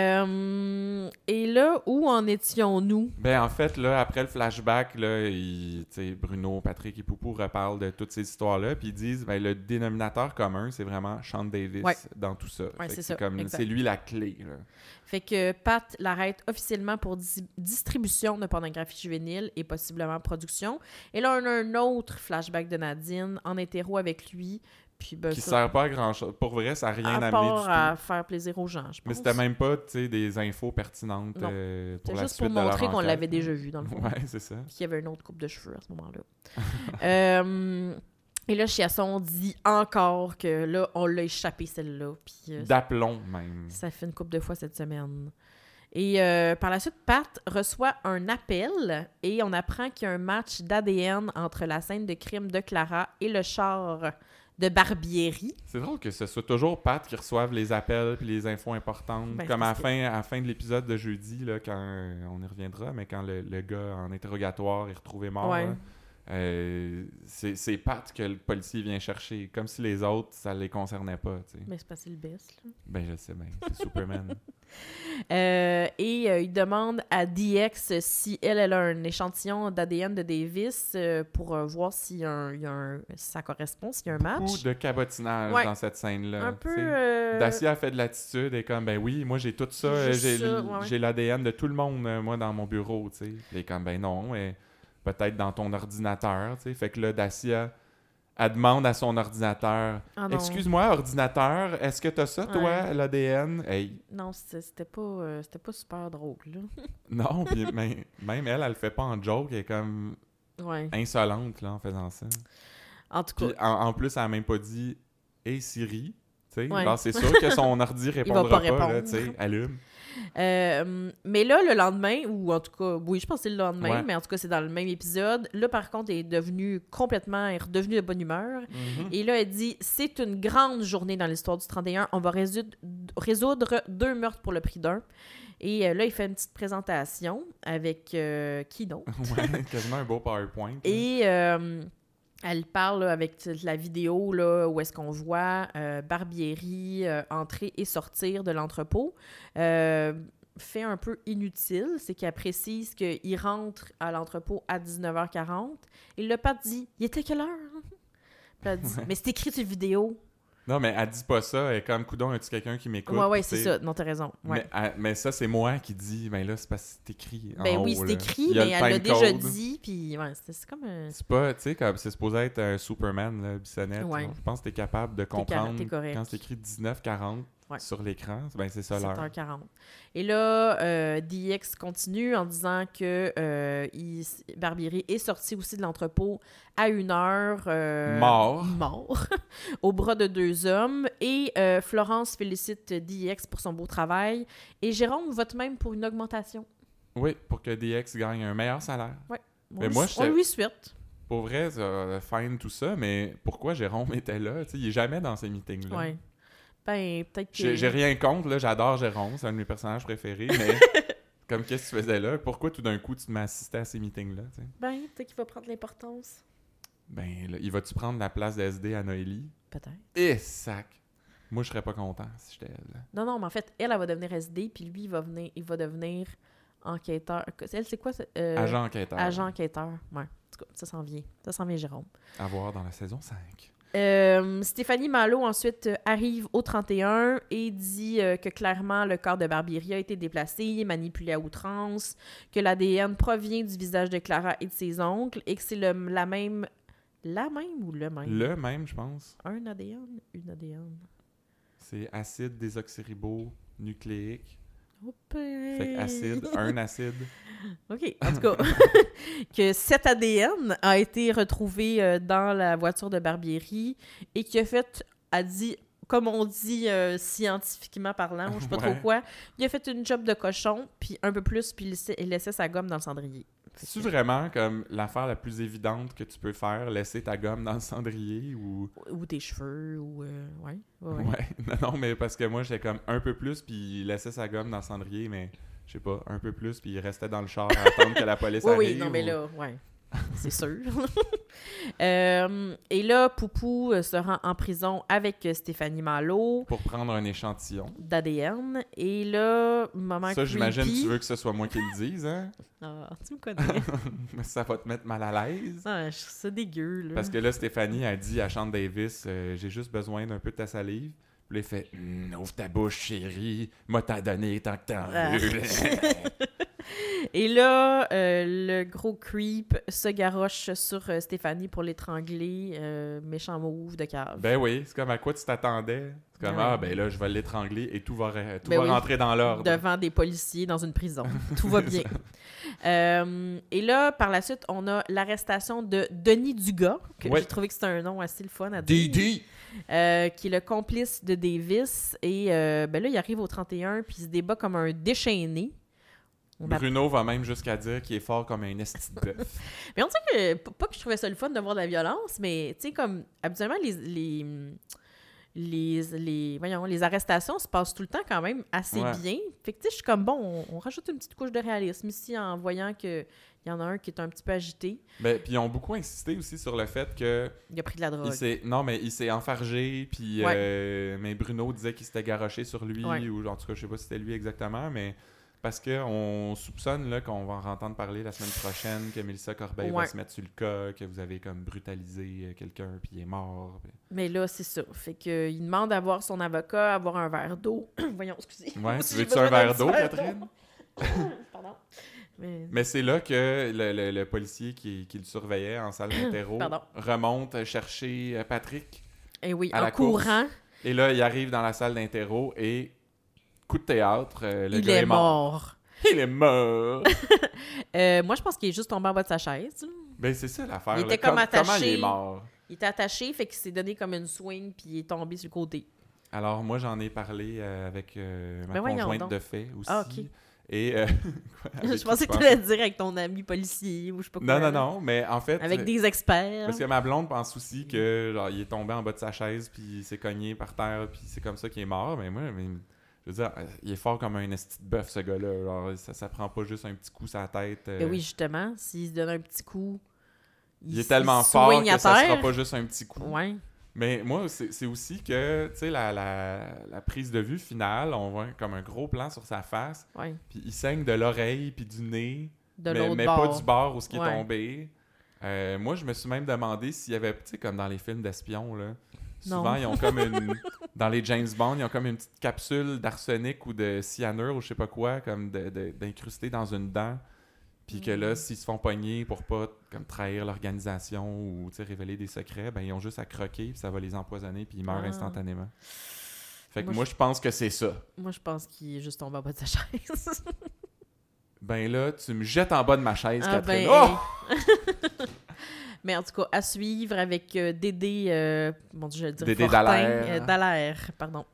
B: Euh, et là, où en étions-nous?
A: Ben, en fait, là, après le flashback, là, il- tu sais, Bruno, Patrick et Poupou reparlent de toutes ces histoires-là, puis ils disent ben, le dénominateur commun, c'est vraiment Sean Davis
B: Ouais.
A: dans tout ça. Fait que
B: c'est
A: c'est
B: ça,
A: comme
B: exact.
A: C'est lui la clé. là.
B: Fait que Pat l'arrête officiellement pour dis- distribution de pornographie juvénile et possiblement production. Et là, on a un autre flashback de Nadine en hétéro avec lui. Puis ben,
A: Qui
B: ça,
A: sert pas à grand-chose. Pour vrai, ça n'a rien
B: à
A: amené
B: part
A: du
B: à
A: tout.
B: faire plaisir aux gens, je pense.
A: Mais c'était même pas, tu sais, des infos pertinentes
B: Non.
A: euh, pour
B: C'était
A: la
B: juste
A: suite
B: pour
A: de leur
B: montrer qu'on
A: enquête.
B: l'avait déjà vu, dans le fond.
A: Ouais, c'est ça.
B: Puis qu'il y avait une autre coupe de cheveux à
A: (laughs)
B: ce moment-là. Euh, et là, Chiasson dit encore que là, on l'a échappé, celle-là. Puis euh,
A: D'aplomb, même.
B: Ça fait une couple de fois cette semaine. Et euh, par la suite, Pat reçoit un appel et on apprend qu'il y a un match d'ADN entre la scène de crime de Clara et le char de Barbieri.
A: C'est drôle que ce soit toujours Pat qui reçoive les appels puis les infos importantes.
B: Ben, c'est
A: comme à la
B: parce
A: fin, à la fin de l'épisode de jeudi, là, quand euh, on y reviendra, mais quand le, le gars en interrogatoire est retrouvé mort,
B: Ouais.
A: là, euh, c'est c'est Pat que le policier vient chercher. Comme si les autres, ça les concernait pas. tu sais.
B: Mais c'est passé le best. là.
A: Ben, je sais bien, c'est
B: (laughs)
A: Superman.
B: Euh, et euh, il demande à DX si elle, elle a un échantillon d'ADN de Davis euh, pour euh, voir si un, il y a un- ça correspond, s'il y a un
A: Beaucoup
B: match.
A: de cabotinage
B: Ouais.
A: dans cette scène-là.
B: Un
A: tu
B: peu...
A: sais.
B: euh,
A: Dacia a fait de l'attitude et comme ben oui, moi j'ai tout ça, euh,
B: Juste
A: j'ai
B: ça,
A: l-
B: ouais, ouais.
A: j'ai l'ADN de tout le monde euh, moi dans mon bureau, tu sais. Et comme ben non, mais peut-être dans ton ordinateur, tu sais. Fait que là Dacia elle demande à son ordinateur
B: ah non.
A: "Excuse-moi ordinateur, est-ce que t'as ça toi
B: Ouais.
A: l'ADN Hey,
B: Non, c'était c'était pas, euh, c'était pas super drôle. Là.
A: non, (laughs) puis même, même elle elle le fait pas en joke, elle est comme
B: Ouais.
A: insolente là en faisant ça.
B: En tout cas,
A: Puis en, en plus elle a même pas dit "Hey Siri" tu sais.
B: Ouais.
A: Genre, c'est sûr que
B: (laughs)
A: son ordi répondra
B: pas
A: pas, là,
B: répondre.
A: tu sais, allume.
B: Euh, mais là, le lendemain, ou en tout cas, oui, je pense que c'est le lendemain,
A: Ouais.
B: mais en tout cas, c'est dans le même épisode. Là, par contre, elle est devenue complètement, elle est redevenue de bonne humeur. Et là, elle dit C'est une grande journée dans l'histoire du 31. On va résoudre, résoudre deux meurtres pour le prix d'un. Et euh, là, il fait une petite présentation avec euh, qui donc
A: ouais, (laughs) quasiment un beau PowerPoint. là.
B: Et euh, elle parle là, avec t- la vidéo là, où est-ce qu'on voit euh, Barbieri euh, entrer et sortir de l'entrepôt. Euh, fait un peu inutile, c'est qu'elle précise qu'il rentre à l'entrepôt à 19h40. Et le pape dit Il était quelle heure Puis elle dit, Mais c'est écrit sur la vidéo.
A: Non, mais elle dit pas ça. Elle est comme, coudon, y a-tu quelqu'un qui m'écoute?
B: ouais, ouais,
A: Tu sais,
B: c'est ça. Non, t'as raison.
A: Mais,
B: Ouais.
A: elle- mais ça, c'est moi qui dis, mais là, c'est parce que c'est écrit. en
B: ben oui,
A: haut,
B: c'est
A: là.
B: écrit,
A: Il y a
B: mais
A: le
B: elle l'a
A: time
B: déjà
A: code.
B: dit, puis ouais, c'est c'est comme un...
A: C'est pas, tu sais, comme c'est supposé être un Superman, là, Bissonnette.
B: Ouais.
A: Donc, Je pense que t'es capable de
B: ca-
A: comprendre
B: t'es correct.
A: quand c'est écrit 1940
B: Ouais.
A: sur l'écran. Ben, c'est ça l'heure.
B: 7h40. Et là, euh, DX continue en disant que euh, il- Barbieri est sorti aussi de l'entrepôt à une heure. euh,
A: Mort.
B: Mort. (laughs) au bras de deux hommes. Et euh, Florence félicite DX pour son beau travail. Et Jérôme vote même pour une augmentation.
A: Oui, pour que DX gagne un meilleur salaire.
B: On
A: Mais
B: lui-
A: moi,
B: on
A: j'étais-
B: lui souhaite.
A: Pour vrai, ça, euh, fine tout ça, mais pourquoi Jérôme était là? Tu sais, il est jamais dans ces meetings-là.
B: Ouais. Ben, peut-être que.
A: J'ai j'ai rien contre, là, j'adore Jérôme, c'est un de mes personnages préférés,
B: (laughs)
A: mais comme qu'est-ce que tu faisais là? Pourquoi tout d'un coup tu m'assistais à ces meetings-là? tu sais?
B: Ben, peut-être qu'il va prendre l'importance.
A: Ben, là, il va-tu prendre la place de SD à Noélie?
B: Peut-être.
A: Et sac! Moi, je serais pas content si j'étais elle.
B: Non, non, mais en fait, elle, elle va devenir SD, puis lui, il va, venir, il va devenir enquêteur. Elle, c'est quoi? c'est- euh,
A: Agent enquêteur.
B: Agent enquêteur. Ouais. En tout cas, ça s'en vient. Ça s'en vient, Jérôme.
A: À voir dans la saison 5.
B: Euh, Stéphanie Malo, ensuite, euh, arrive au 31 et dit euh, que clairement, le corps de Barbieri a été déplacé, manipulé à outrance, que l'ADN provient du visage de Clara et de ses oncles, et que c'est le- la même... La même ou le même?
A: Le même, je pense,
B: Un ADN? Une ADN?
A: c'est acide désoxyribonucléique.
B: Hoppé!
A: Fait que
B: (laughs)
A: acide, un acide. (laughs)
B: OK, en tout cas, (laughs) que cet ADN a été retrouvé euh, dans la voiture de Barbieri et qui a fait, a dit, comme on dit euh, scientifiquement parlant, ou je sais pas
A: Ouais.
B: trop quoi, il a fait une job de cochon, puis un peu plus, puis il laissait, il laissait sa gomme dans le cendrier. Fait
A: C'est
B: que-
A: vraiment comme l'affaire la plus évidente que tu peux faire, laisser ta gomme dans le cendrier ou.
B: Ou tes cheveux, ou... euh, ouais, ouais,
A: Ouais. (laughs)
B: ouais.
A: Non, non, mais parce que moi, j'étais comme un peu plus, puis il laissait sa gomme dans le cendrier, mais je sais pas, un peu plus, puis il restait dans le char à attendre que la police
B: (laughs) Oui,
A: arrive.
B: oui, non, mais
A: ou-
B: là,
A: (laughs)
B: ouais. C'est sûr. (laughs) Euh, et là, Poupou euh, se rend en prison avec euh, Stéphanie Malo.
A: Pour prendre un échantillon.
B: d'ADN. Et là, maman
A: Ça, j'imagine,
B: creepy-
A: tu veux que ce soit moi qui le dise, hein? (laughs)
B: Ah, tu me connais. (laughs)
A: Mais ça va te mettre mal à l'aise.
B: Ah, je trouve ça dégueu, là.
A: Parce que là, Stéphanie a dit à Sean Davis euh, J'ai juste besoin d'un peu de ta salive. Puis là, il fait Hum, Ouvre ta bouche, chérie. Moi, t'as donné tant que t'en
B: Ah.
A: veux. (laughs)
B: Et là, euh, le gros creep se garoche sur euh, Stéphanie pour l'étrangler. euh, méchant move de cave.
A: ben oui, c'est comme à quoi tu t'attendais C'est comme
B: Ouais.
A: Ah, ben là, je vais l'étrangler et tout va, re- tout
B: Ben
A: va
B: oui.
A: rentrer dans l'ordre.
B: devant des policiers dans une prison. Tout va
A: (laughs)
B: bien. Euh, et là, par la suite, on a l'arrestation de Denis Dugas, que
A: Ouais.
B: j'ai trouvé que c'était un nom assez le fun à dire.
A: Didi
B: euh, qui est le complice de Davis. Et euh, ben là, il arrive au 31, puis il se débat comme un déchaîné. On a-
A: Bruno va même jusqu'à dire qu'il est fort comme un esti de
B: (laughs)
A: bœuf.
B: Mais on dirait que, p- pas que je trouvais ça le fun de voir de la violence, mais tu sais, comme, habituellement, les, les, les, les- voyons, les arrestations se passent tout le temps quand même assez
A: Ouais.
B: bien. Fait que tu sais, je suis comme, bon, on, on rajoute une petite couche de réalisme ici en voyant qu'il y en a un qui est un petit peu agité.
A: ben, puis ils ont beaucoup insisté aussi sur le fait que
B: Il a pris de la drogue.
A: il s'est non mais il s'est enfargé puis
B: Ah Ouais.
A: euh, mais Bruno disait qu'il s'était garoché sur lui
B: Ouais.
A: ou en tout cas je sais pas si c'était lui exactement mais parce que on soupçonne là qu'on va en entendre parler la semaine prochaine que Mélissa Corbeil va
B: Ouais.
A: se mettre sur le cas que vous avez comme brutalisé euh, quelqu'un puis il est mort puis-
B: Mais là, c'est ça. Fait qu'il demande à voir son avocat, à boire un verre d'eau. (clears throat) voyons, excusez. (laughs)
A: ouais
B: J'ai
A: tu veux tu
B: besoin
A: un
B: d'un
A: verre
B: petit
A: d'eau
B: verre
A: Catherine
B: (coughs) Pardon. Mais...
A: mais c'est là que le, le- le policier qui, qui le surveillait en
B: (coughs)
A: salle d'interro
B: Pardon.
A: remonte chercher euh, Patrick
B: Eh oui,
A: À
B: en
A: la course.
B: courant,
A: et là il arrive dans la salle d'interro et coup de théâtre euh, le
B: il
A: gars
B: est
A: est mort
B: mort.
A: il est
B: (laughs)
A: mort
B: Euh, moi, je pense qu'il est juste tombé en bas de sa chaise. là.
A: Ben, c'est ça l'affaire.
B: Il
A: là.
B: était comme
A: Com-
B: attaché.
A: Comment il est mort?
B: Il était attaché, fait qu'il s'est donné comme une swing, puis il est tombé sur le côté.
A: Alors, moi, j'en ai parlé euh, avec euh, ma
B: Ben voyons
A: conjointe
B: donc.
A: de fait aussi.
B: Ah, ok.
A: Et. euh, (laughs) quoi, avec
B: (laughs) je
A: qui tu
B: pensais que tu
A: penses?
B: allais dire avec ton ami policier ou je sais pas quoi.
A: Non, non,
B: là.
A: non, mais en fait.
B: Avec
A: euh,
B: des experts.
A: Parce que ma blonde pense aussi que, genre, il est tombé en bas de sa chaise, puis il s'est cogné par terre, puis c'est comme ça qu'il est mort. Mais moi, mais, je veux dire, euh, il est fort comme un esti de bœuf, ce gars-là. Genre, ça, ça prend pas juste un petit coup sur la tête. euh,
B: Ben oui, justement, s'il se donne un petit coup,
A: il est
B: s-
A: tellement
B: se
A: fort
B: swing
A: que
B: à
A: ça sera
B: terre.
A: pas juste un petit coup.
B: Ouais.
A: Mais moi, c'est c'est aussi que, tu sais, la, la- la prise de vue finale, on voit comme un gros plan sur sa face,
B: Ouais.
A: puis il saigne de l'oreille puis du nez,
B: De
A: mais,
B: l'autre
A: mais
B: bord.
A: pas du bord où ce qui est
B: Ouais.
A: tombé. Euh, moi, je me suis même demandé s'il y avait, tu sais, comme dans les films d'espions, là,
B: Non.
A: Souvent, ils ont comme
B: (laughs)
A: une. dans les James Bond, ils ont comme une petite capsule d'arsenic ou de cyanure ou je sais pas quoi, comme de- de- d'incrustée dans une dent. Puis que
B: Mm.
A: là, s'ils se font pogner pour pas comme trahir l'organisation ou tu sais, révéler des secrets, ben ils ont juste à croquer, puis ça va les empoisonner, puis ils meurent
B: Ah.
A: instantanément. Fait que
B: Moi,
A: moi, je pense que c'est ça.
B: Moi, je pense qu'il est juste tombé en bas de
A: (laughs)
B: sa chaise.
A: Ben là, tu me jettes en bas de ma chaise,
B: Ah,
A: Catherine.
B: ben,
A: Oh!
B: (laughs) Mais en tout cas, à suivre avec euh, Dédé... euh, mon Dieu, je vais le dire
A: Dédé
B: Fortin,
A: Dallaire.
B: euh, Dallaire, pardon.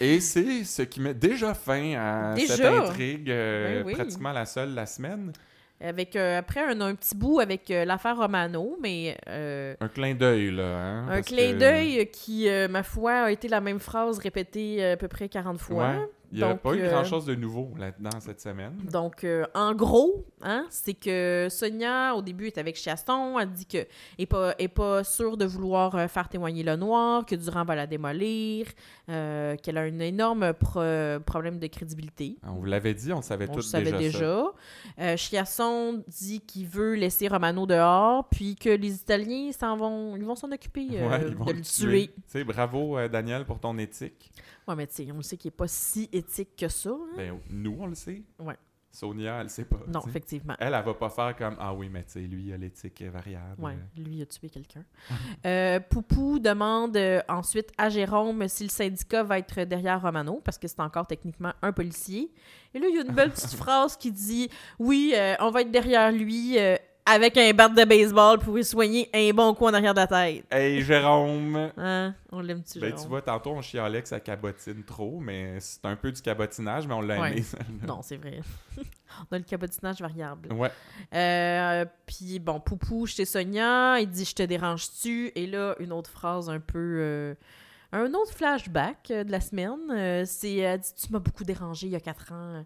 A: Et c'est ce qui met déjà fin à cette
B: Déjà?
A: intrigue, euh,
B: Ben oui.
A: pratiquement la seule la semaine.
B: Avec, euh, après, un, un petit bout avec euh, l'affaire Romano, mais... euh,
A: Un clin d'œil, là. Hein,
B: un
A: parce
B: clin
A: que-
B: d'œil qui, euh, ma foi, a été la même phrase répétée euh, à peu près 40 fois.
A: Ouais. Il n'y a
B: Donc,
A: pas eu
B: euh,
A: grand-chose de nouveau là-dedans cette semaine.
B: Donc, euh, en gros, hein, c'est que Sonia, au début, est avec Chiasson. Elle dit qu'elle n'est pas, est pas sûre de vouloir euh, faire témoigner le noir, que Durand va la démolir, euh, qu'elle a un énorme pro- problème de crédibilité.
A: Ah, On vous l'avait dit, on le savait
B: On
A: tout
B: le savait
A: déjà. ça.
B: déjà. Euh, Chiasson dit qu'il veut laisser Romano dehors, puis que les Italiens s'en vont, ils vont s'en occuper
A: (laughs)
B: euh,
A: Ouais, ils vont
B: de le tuer.
A: Tu sais, bravo, euh, Daniel, pour ton éthique.
B: Ouais, mais tu sais, on le sait qu'il n'est pas si éthique que ça. hein.
A: Ben, nous, on le sait.
B: Ouais.
A: Sonia, elle ne sait pas.
B: non,
A: tu sais.
B: effectivement.
A: Elle, elle va pas faire comme Ah oui, mais tu sais, lui, il a l'éthique est variable.
B: Ouais, lui il a
A: (laughs)
B: tué quelqu'un. Euh, Poupou demande euh, ensuite à Jérôme si le syndicat va être derrière Romano, parce que c'est encore techniquement un policier. Et là, il y a une belle
A: (laughs)
B: petite phrase qui dit Oui, euh, on va être derrière lui euh, avec un bat de baseball pour lui soigner un bon coup en arrière de la tête.
A: Hey, Jérôme!
B: Hein? On l'aime-tu,
A: Ben,
B: Jérôme?
A: tu vois, tantôt, on chialait que ça cabotine trop, mais c'est un peu du cabotinage, mais on l'a
B: Ouais.
A: aimé, (laughs) celle-là.
B: Non, c'est vrai. on a le cabotinage variable.
A: Ouais.
B: Euh, puis bon, Poupou chez Sonia, il dit je te dérange-tu et là une autre phrase un peu euh, un autre flashback euh, de la semaine, Euh, c'est elle dit tu m'as beaucoup dérangé il y a quatre ans, euh,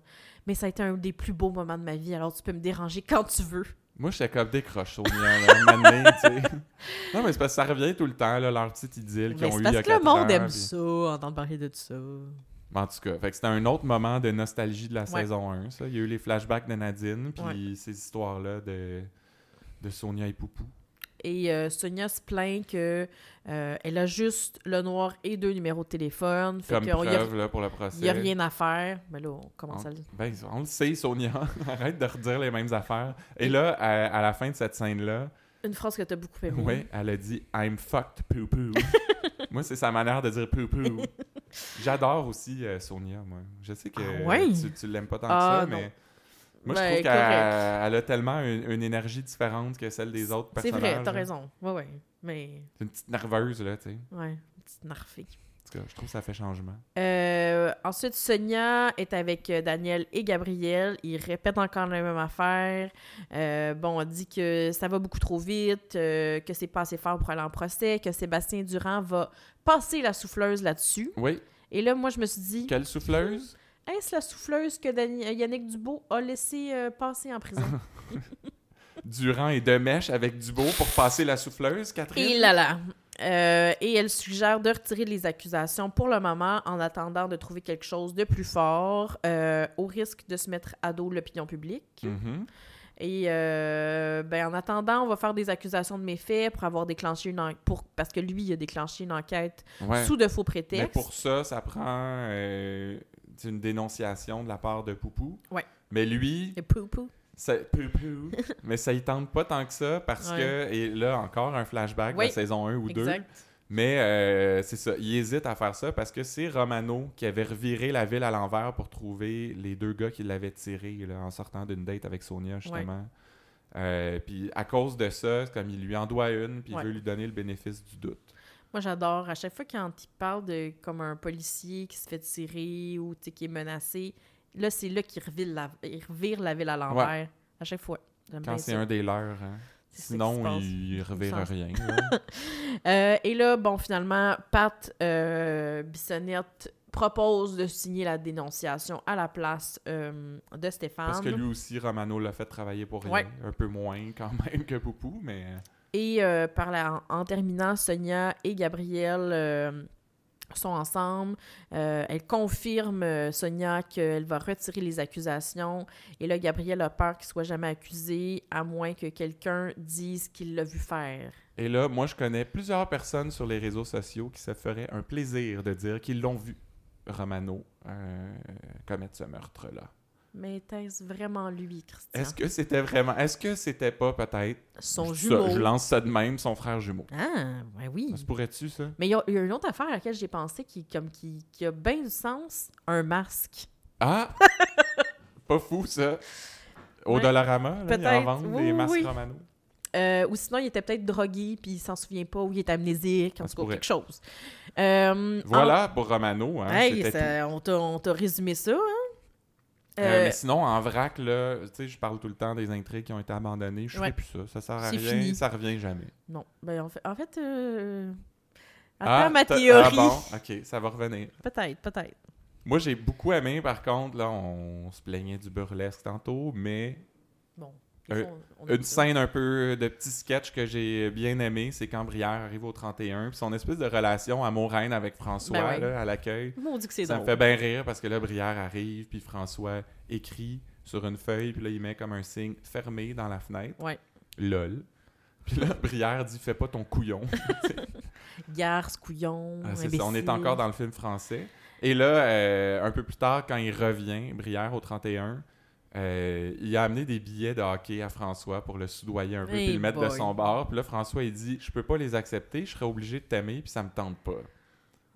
B: mais ça a été un des plus beaux moments de ma vie, alors tu peux me déranger quand tu veux.
A: Moi, j'étais comme décroche, Sonia, là, un moment donné, tu
B: (laughs)
A: sais. Non, mais c'est parce que ça revient tout le temps, là, leur petite idylle qu'ils
B: Mais
A: ont eu il
B: c'est
A: y
B: parce
A: a
B: que le
A: quatre
B: monde
A: ans,
B: aime
A: puis-
B: ça, entendre parler de tout ça.
A: Mais En tout cas, fait que c'était un autre moment de nostalgie de la
B: Ouais.
A: saison 1, ça. Il y a eu les flashbacks de Nadine, puis ces histoires-là de, de Sonia et Poupou.
B: Et euh, Sonia se plaint que euh, elle a juste le noir et deux numéros de téléphone, fait
A: Comme
B: qu'il y a-
A: preuve, là, pour le procès.
B: il y a rien à faire. Mais là, on
A: On,
B: commence à le
A: ben, on le sait, Sonia. (laughs) Arrête de redire les mêmes affaires. Et là, à, à la fin de cette scène-là,
B: Une phrase que t'as beaucoup aimée.
A: ouais, elle a dit « I'm fucked,
B: (laughs)
A: Poupou ». Moi, c'est sa manière de dire « Poupou ». J'adore aussi euh, Sonia, moi. Je sais que
B: Ah ouais?
A: tu, tu l'aimes pas tant
B: Ah,
A: que ça,
B: non.
A: mais... Moi,
B: Ben,
A: je trouve qu'elle
B: correct.
A: elle a tellement une, une énergie différente que celle des autres
B: C'est
A: personnages. hein.
B: vrai, t'as
A: là.
B: raison. Ouais, ouais. Mais,
A: C'est une petite nerveuse, là, tu sais. En
B: ouais, une petite narfée.
A: tout cas, je trouve que ça fait changement.
B: Euh, ensuite, Sonia est avec euh, Daniel et Gabriel. Ils répètent encore la même affaire. Euh, bon, on dit que ça va beaucoup trop vite, euh, que c'est pas assez fort pour aller en procès, que Sébastien Durand va passer la souffleuse là-dessus.
A: Oui,
B: Et là, moi, je me suis dit,
A: quelle souffleuse?
B: est-ce la souffleuse que Dani- euh, Yannick Dubo a laissé euh, passer en prison?
A: Durand et Demèche avec Dubo pour passer la souffleuse, Catherine?
B: Et là là. Euh, et elle suggère de retirer les accusations pour le moment en attendant de trouver quelque chose de plus fort euh, au risque de se mettre à dos l'opinion publique.
A: Mhm.
B: Et euh, ben, en attendant, on va faire des accusations de méfaits pour avoir déclenché une en- pour parce que lui il a déclenché une enquête
A: Ouais.
B: sous de faux
A: Mais
B: prétextes.
A: pour ça, ça prend euh, une dénonciation de la part de Poupou.
B: Ouais.
A: Mais lui,
B: Et pou, pou.
A: ça,
B: (laughs)
A: Poupou, mais ça y tente pas tant que ça parce que, et là encore un flashback de
B: Oui.
A: la saison 1 ou 2,
B: Exact.
A: Mais euh, c'est ça, il hésite à faire ça parce que c'est Romano qui avait reviré la ville à l'envers pour trouver les deux gars qui l'avaient tiré là, en sortant d'une date avec Sonia, justement. Euh, puis à cause de ça, c'est comme il lui en doit une, puis
B: Ouais.
A: il veut lui donner le bénéfice du doute.
B: Moi j'adore à chaque fois quand il parle de comme un policier qui se fait tirer ou tu sais, qui est menacé. Là c'est là qu'il revire la... il revire la ville à l'envers à chaque fois. J'aime bien
A: Quand c'est
B: ça.
A: un des leurs, hein.
B: C'est ça qui se
A: sinon
B: passe.
A: il reverra
B: sens.
A: rien.
B: (laughs)
A: là.
B: Euh, et là, bon, finalement, Pat euh, Bissonnette propose de signer la dénonciation à la place euh, de Stéphane.
A: Parce que lui aussi, Romano l'a fait travailler pour rien.
B: Ouais.
A: Un peu moins quand (laughs) même que Poupou, mais
B: Et euh, par la- en terminant, Sonia et Gabriel euh, sont ensemble. Euh, elle confirme, euh, Sonia, qu'elle va retirer les accusations. Et là, Gabriel a peur qu'il soit jamais accusé, à moins que quelqu'un dise qu'il l'a vu faire.
A: Et là, moi, je connais plusieurs personnes sur les réseaux sociaux qui se feraient un plaisir de dire qu'ils l'ont vu, Romano, euh, commettre ce meurtre-là.
B: Mais est-ce vraiment lui, Christian?
A: Est-ce que c'était vraiment... Est-ce que c'était pas peut-être...
B: Son
A: ça,
B: jumeau.
A: je lance ça de même, son frère jumeau.
B: Ah, ben oui.
A: Ça se pourrait-tu, ça?
B: Mais il y a il y a une autre affaire à laquelle j'ai pensé qui, comme, qui, qui a bien du sens, un masque. (laughs)
A: Ah! pas fou, ça! Au
B: Ouais.
A: Dollarama, là, ils en
B: Peut-être.
A: vendent
B: Oui,
A: des
B: oui,
A: masques
B: oui.
A: Romano.
B: Euh, ou sinon, il était peut-être drogué, puis il s'en souvient pas, ou il est amnésique, en
A: se
B: tout cas,
A: pourrait.
B: quelque chose. Euh,
A: Voilà pour Romano, hein,
B: en- Hey,
A: c'était tout.
B: ça- on t'a- on t'a résumé ça, hein?
A: Euh,
B: Euh,
A: mais sinon, en vrac, là, tu sais, je parle tout le temps des intrigues qui ont été abandonnées. Je ne
B: Ouais.
A: fais plus ça. Ça sert à
B: C'est
A: rien.
B: fini.
A: Ça revient jamais.
B: Non. Ben, en fait, en fait euh,
A: Ah,
B: attends ma
A: t'as-
B: théorie.
A: Ah bon, OK, ça va revenir.
B: Peut-être, peut-être.
A: Moi, j'ai beaucoup aimé, par contre, là, on se plaignait du burlesque tantôt, mais
B: Bon.
A: Euh,
B: on- on aime
A: une
B: ça.
A: scène un peu de petit sketch que j'ai bien aimé, c'est quand Brière arrive au 31, puis son espèce de relation amoureuse avec François,
B: Ben ouais.
A: là, à l'accueil.
B: Maudit que c'est
A: Ça
B: drôle.
A: me fait bien rire parce que là, Brière arrive, puis François écrit sur une feuille, puis là, il met comme un signe fermé dans la fenêtre.
B: Ouais.
A: Lol. Puis là, (laughs) Brière dit Fais pas ton
B: (laughs)
A: couillon.
B: Garce, couillon,
A: Ah, c'est ça, on est
B: imbécile.
A: encore dans le film français. Et là, euh, un peu plus tard, quand il revient, Brière au 31, euh, il a amené des billets de hockey à François pour le soudoyer un peu,
B: Hey
A: puis le mettre de
B: boy.
A: son bord. Puis là, François, il dit Je peux pas les accepter, je serais obligé de t'aimer, puis ça me tente pas.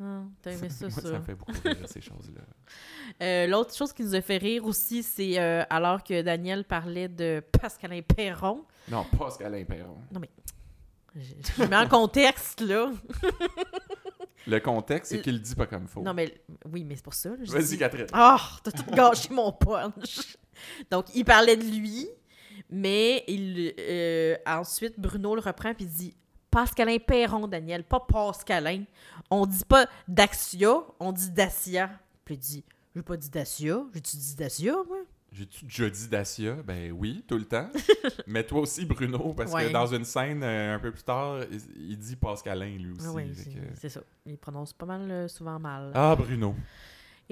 B: Ah, T'as aimé ça,
A: (laughs) Moi,
B: ça.
A: ça me fait beaucoup rire, ces choses-là.
B: Euh, L'autre chose qui nous a fait rire aussi, c'est euh, alors que Daniel parlait de Pascalin Perron.
A: Non, pas ce qu'Alain Perron.
B: Je,
A: (laughs)
B: je mets en contexte, là.
A: Le contexte, c'est
B: Euh,
A: qu'il le dit pas comme faux.
B: Non, mais oui, mais c'est pour ça. là, je dis-
A: Vas-y, Catherine.
B: Oh, t'as tout gâché mon punch. Donc, il parlait de lui, mais il, euh, ensuite, Bruno le reprend puis il dit Pascalin Perron, Daniel, pas Pascalin. On dit pas Daxia, on dit Dacia. Puis il dit J'ai pas dit Dacia, j'ai-tu dit Dacia, moi
A: J'ai-tu déjà dit Dacia? Ben oui, tout le
B: (laughs)
A: temps. Mais toi aussi, Bruno, parce
B: Ouais.
A: que dans une scène euh, un peu plus tard, il, il dit Pascalin, lui aussi.
B: Ah oui,
A: fait
B: c'est
A: que-
B: c'est ça. Il prononce pas mal, euh, souvent mal.
A: Ah, Bruno.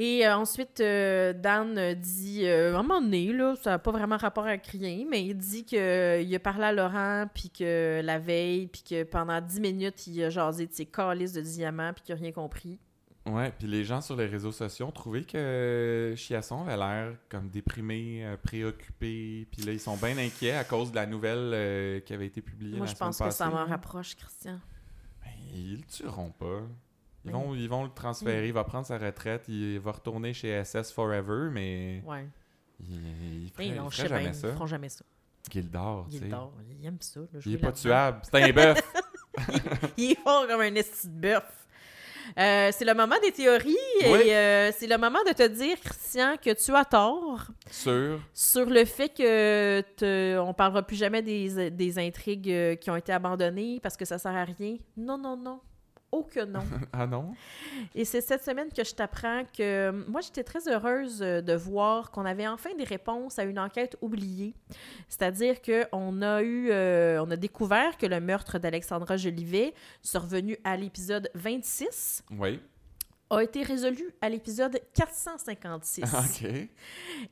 B: Et euh, ensuite, euh, Dan euh, dit, euh, à un moment donné, là, ça n'a pas vraiment rapport à rien, mais il dit qu'il a parlé à Laurent, puis que la veille, puis que pendant 10 minutes, il a jasé de ses calices de diamants, puis qu'il n'a rien compris.
A: Ouais, puis les gens sur les réseaux sociaux ont trouvé que Chiasson avait l'air comme déprimé, euh, préoccupé. Puis là, ils sont bien inquiets à cause de la nouvelle euh, qui avait été publiée.
B: Moi,
A: la
B: je pense
A: semaine
B: que ça
A: passée. hein.
B: m'en rapproche, Christian.
A: Ben, ils le tueront pas. Ils
B: Ben.
A: vont, ils vont le transférer, il va prendre sa retraite, il va retourner chez SS Forever, mais
B: Ouais.
A: il, il ferait,
B: Hey,
A: il
B: non, je
A: ferait
B: sais bien,
A: jamais
B: ils
A: ça.
B: feront jamais ça.
A: Gildor, tu sais.
B: Gildor, il aime ça. le
A: Il
B: jouer
A: est pas
B: là-dedans.
A: tuable, c'est un bœuf.
B: (laughs) Il est fort comme un esti de bœuf. Euh, c'est le moment des théories
A: Oui.
B: et euh, c'est le moment de te dire, Christian, que tu as tort.
A: Sûr.
B: sur le fait que te- on parlera plus jamais des, des intrigues euh, qui ont été abandonnées parce que ça sert à rien. Non, non, non. Oh
A: (laughs)
B: que non.
A: Ah non?
B: Et c'est cette semaine que je t'apprends que euh, moi, j'étais très heureuse euh, de voir qu'on avait enfin des réponses à une enquête oubliée. C'est-à-dire qu'on a eu, euh, on a découvert que le meurtre d'Alexandra Jolivet, survenu à l'épisode 26,
A: Oui.
B: a été résolu à l'épisode 456.
A: (laughs) Ah, OK.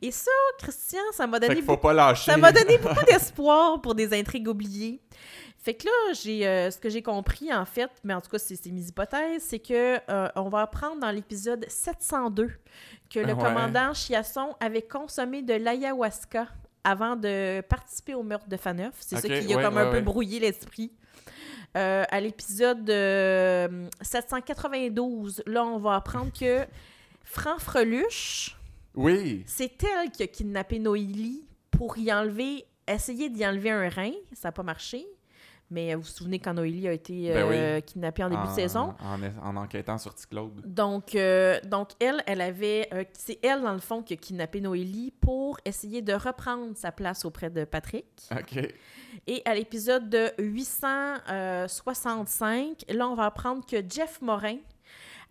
B: Et ça, Christian, ça m'a
A: Fait
B: donné
A: qu'il faut pas lâcher.
B: ça m'a donné beaucoup d'espoir pour des intrigues oubliées. Fait que là, j'ai euh, ce que j'ai compris en fait, mais en tout cas, c'est c'est mes hypothèses, c'est que euh, on va apprendre dans l'épisode 702 que le
A: Ouais.
B: commandant Chiasson avait consommé de l'ayahuasca avant de participer au meurtre de Faneuf. C'est
A: Ok,
B: ça qui a
A: ouais,
B: comme un
A: ouais,
B: peu
A: ouais.
B: brouillé l'esprit. Euh, à l'épisode euh, 792, là, on va apprendre que Franck Freluche,
A: Oui.
B: c'est elle qui a kidnappé Noélie pour y enlever, essayer d'y enlever un rein. Ça n'a pas marché. Mais euh, vous vous souvenez quand Noélie a été
A: Ben
B: euh, kidnappée en début de saison.
A: En, en enquêtant sur T-Claude.
B: Donc, euh, donc elle, elle avait, euh, c'est elle dans le fond qui a kidnappé Noélie pour essayer de reprendre sa place auprès de Patrick.
A: OK.
B: Et à l'épisode de 865, là, on va apprendre que Jeff Morin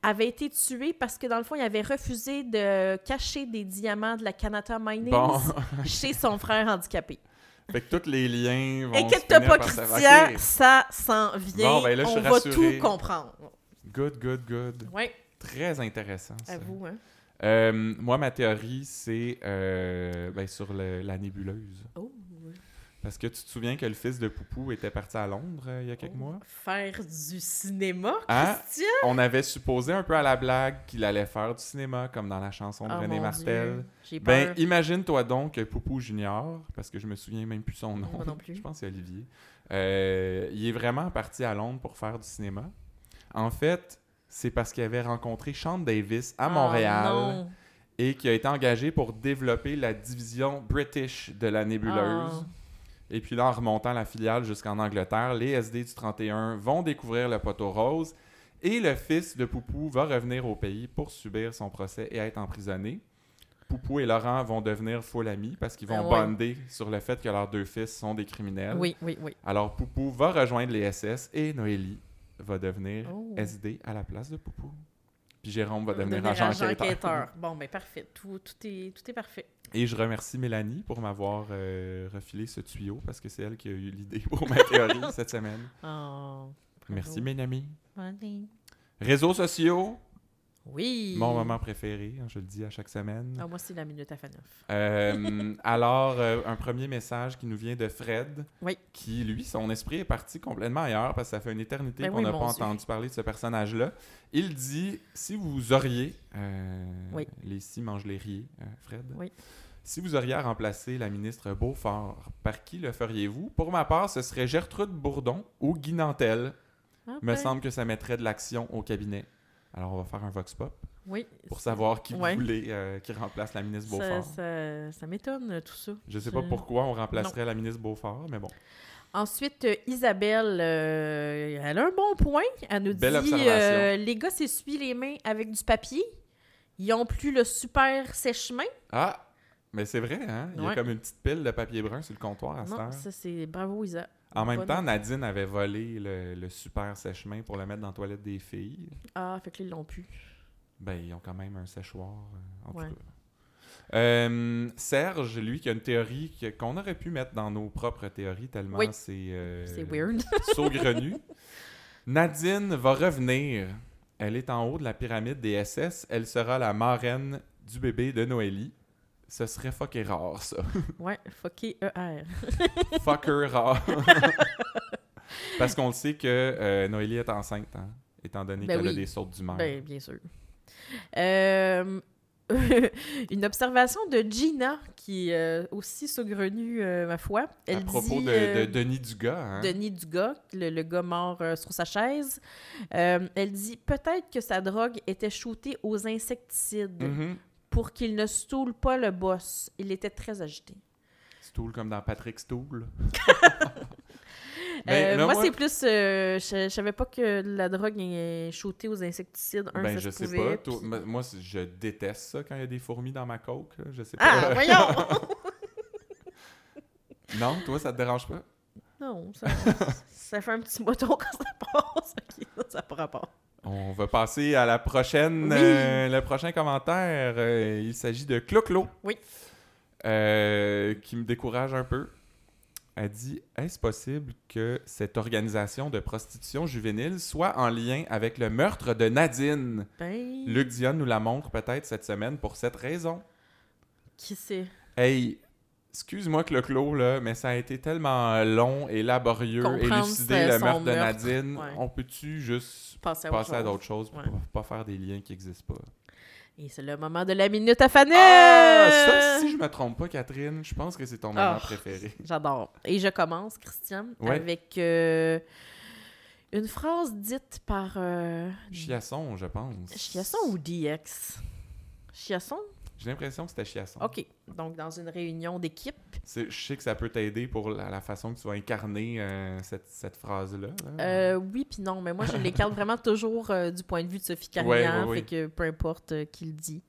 B: avait été tué parce que, dans le fond, il avait refusé de cacher des diamants de la Canada Mining
A: Bon. (laughs)
B: (laughs) chez son frère handicapé.
A: fait que tous les liens vont. se
B: Inquiète-toi
A: finir
B: pas,
A: par se-
B: Christian,
A: OK.
B: ça s'en vient.
A: Bon, ben là, je
B: on
A: suis
B: va
A: rassuré.
B: tout comprendre.
A: Good, good, good.
B: Ouais.
A: Très intéressant. ça.
B: À vous, hein?
A: Euh, moi, ma théorie, c'est euh, ben, sur le- la nébuleuse.
B: Oh, oui.
A: Parce que tu te souviens que le fils de Poupou était parti à Londres euh, il y a quelques
B: Oh.
A: mois.
B: Faire du cinéma,
A: Ah,
B: Christian?
A: On avait supposé un peu à la blague qu'il allait faire du cinéma, comme dans la chanson de
B: Oh,
A: René
B: mon
A: Martel.
B: Dieu, J'ai
A: Ben,
B: peur.
A: imagine-toi donc que Poupou Junior, parce que je me souviens même plus son nom.
B: Moi non plus.
A: Je pense que c'est Olivier. Euh, il est vraiment parti à Londres pour faire du cinéma. En fait, c'est parce qu'il avait rencontré Sean Davis à
B: Ah,
A: Montréal
B: non.
A: et qui a été engagé pour développer la division British de la nébuleuse.
B: Ah.
A: Et puis là, en remontant la filiale jusqu'en Angleterre, les SD du 31 vont découvrir le poteau rose et le fils de Poupou va revenir au pays pour subir son procès et être emprisonné. Poupou et Laurent vont devenir full amis parce qu'ils vont
B: Ah ouais.
A: bonder sur le fait que leurs deux fils sont des criminels.
B: Oui, oui, oui.
A: Alors Poupou va rejoindre les SS et Noélie va devenir
B: Oh.
A: SD à la place de Poupou. Puis Jérôme va
B: On va
A: devenir,
B: devenir
A: agent enquêteur.
B: Bon, ben parfait. Tout, tout, est, tout est parfait.
A: Et je remercie Mélanie pour m'avoir euh, refilé ce tuyau parce que c'est elle qui a eu l'idée pour ma théorie cette semaine.
B: Oh, bravo.
A: Merci Mélanie.
B: Allez.
A: Réseaux sociaux,
B: Oui.
A: mon moment préféré, hein, je le dis à chaque semaine.
B: Ah, moi, c'est la minute à Faneuf.
A: Euh, alors, euh, un premier message qui nous vient de Fred,
B: Oui.
A: qui, lui, son esprit est parti complètement ailleurs parce que ça fait une éternité
B: Ben
A: qu'on
B: oui,
A: n'a
B: mon
A: pas
B: Dieu.
A: entendu parler de ce personnage-là. Il dit si vous auriez, euh,
B: Oui.
A: les six mangent les riers, euh, Fred,
B: Oui.
A: si vous auriez à remplacer la ministre Beaufort, par qui le feriez-vous Pour ma part, ce serait Gertrude Bourdon ou Guy Nantel.
B: Ah,
A: Me
B: ben,
A: semble que ça mettrait de l'action au cabinet. Alors, on va faire un vox pop
B: Oui.
A: pour savoir qui
B: Ouais.
A: vous voulez euh, qui remplace la ministre
B: Ça,
A: Beaufort.
B: ça, ça m'étonne, tout ça.
A: Je sais
B: C'est-
A: pas pourquoi on remplacerait la ministre Beaufort, mais bon.
B: Ensuite, euh, Isabelle, euh, elle a un bon point. Elle nous
A: Belle
B: dit
A: observation.
B: euh, les gars s'essuient les mains avec du papier. Ils ont plus le super sèche-main.
A: Ah! Mais c'est vrai, hein? Il y a
B: Ouais.
A: comme une petite pile de papier brun sur le comptoir à cette
B: Non,
A: heure.
B: ça, c'est bravo, Isa.
A: Ah, En même
B: bonne
A: temps, Nadine avait volé le, le super sèche-main pour le mettre dans la toilette des filles.
B: Ah, fait que là, ils l'ont plus.
A: Ben, ils ont quand même un séchoir, euh, en tout
B: Ouais.
A: cas. Euh, Serge, lui, qui a une théorie que- qu'on aurait pu mettre dans nos propres théories tellement
B: Oui.
A: c'est... euh,
B: C'est
A: (laughs)
B: weird. (laughs)
A: saugrenu. Nadine va revenir. Elle est en haut de la pyramide des SS. Elle sera la marraine du bébé de Noélie. Ce serait fucké rare, ça.
B: ouais, fucké ER.
A: Fucker rare. Parce qu'on le sait que euh, Noélie est enceinte, hein, étant donné
B: Ben
A: qu'elle a
B: oui.
A: des sautes d'humeur.
B: Ben, bien sûr. Euh, (laughs) une observation de Gina, qui est euh, aussi saugrenue, euh, ma foi. Elle
A: à propos
B: dit,
A: de,
B: euh,
A: de Denis Dugas, hein.
B: Denis Dugas, le, le gars mort euh, sur sa chaise. Euh, elle dit peut-être que sa drogue était shootée aux insecticides
A: Mhm.
B: pour qu'il ne stoule pas le boss. Il était très agité.
A: Stool comme dans Patrick Stool.
B: Euh,
A: Ben, là,
B: moi, c'est plus. euh, je, je savais pas que la drogue est shootée aux insecticides. Un,
A: ben,
B: ça
A: je
B: se
A: sais
B: pouvait,
A: pas. toi-
B: puis-
A: moi- Moi, c'est- je déteste ça quand il y a des fourmis dans ma coke. là. Je sais pas. (laughs)
B: Ah, voyons!
A: Non, toi, ça te dérange pas?
B: non, ça, ça fait un petit moton quand ça passe. Ok, non, ça n'a pas rapport.
A: On va passer à la prochaine,
B: Oui.
A: euh, le prochain commentaire. Euh, il s'agit de Clo-Clo.
B: Oui.
A: Euh, qui me décourage un peu. Elle dit Est-ce possible que cette organisation de prostitution juvénile soit en lien avec le meurtre de Nadine
B: Ben,
A: Luc Dion nous la montre peut-être cette semaine pour cette raison.
B: qui c'est?
A: Hey, excuse-moi Clo-Clo, là, mais ça a été tellement long et laborieux
B: Comprendre
A: élucider le
B: son
A: meurtre de
B: meurtre,
A: Nadine.
B: ouais.
A: On peut-tu juste
B: Pensez à, autre
A: passer à
B: chose.
A: d'autres choses pour
B: Ouais.
A: pas pas faire des liens qui n'existent pas.
B: Et c'est le moment de la minute à Fanel!
A: Ah, ça, si je me trompe pas, Catherine, je pense que c'est ton moment
B: Ah.
A: préféré.
B: J'adore. Et je commence, Christian,
A: Ouais.
B: avec euh, une phrase dite par euh,
A: Chiasson, je pense.
B: Chiasson ou DX? Chiasson?
A: J'ai l'impression que c'était Chiasson.
B: OK. Donc, dans une réunion d'équipe.
A: C'est- Je sais que ça peut t'aider pour la, la façon que tu vas incarner euh, cette, cette phrase-là. hein.
B: Euh, oui, puis non, mais moi, je
A: (laughs)
B: l'écarte vraiment toujours euh, du point de vue de Sophie Carrière,
A: Ouais, ouais, ouais.
B: fait que peu importe euh, qui le dit.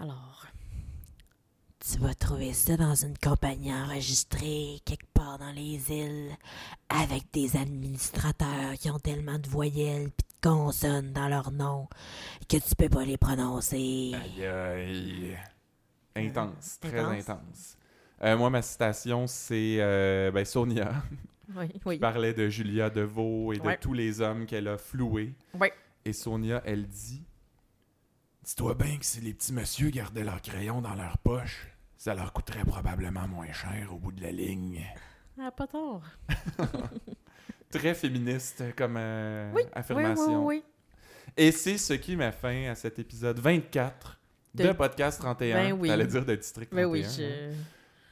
B: Alors...
C: Tu vas trouver ça dans une compagnie enregistrée quelque part dans les îles avec des administrateurs qui ont tellement de voyelles pis de consonnes dans leur nom que tu peux pas les prononcer.
A: Aïe, aïe. Intense, très intense.
B: Intense.
A: Euh, moi, ma citation, c'est euh, ben, Sonia.
B: Oui,
A: qui
B: oui.
A: parlait de Julia Deveau et de
B: Ouais.
A: tous les hommes qu'elle a floués.
B: Ouais.
A: Et Sonia, elle dit Dis-toi bien que si les petits messieurs gardaient leurs crayons dans leur poche, ça leur coûterait probablement moins cher au bout de la ligne.
B: Ah, pas tort.
A: (laughs) Très féministe comme euh,
B: Oui,
A: affirmation.
B: Oui, oui, oui.
A: Et c'est ce qui met fin à cet épisode 24 de,
B: De-
A: Podcast 31.
B: Ben oui.
A: T'allais dire de District 31.
B: Ben oui,
A: hein.
B: je...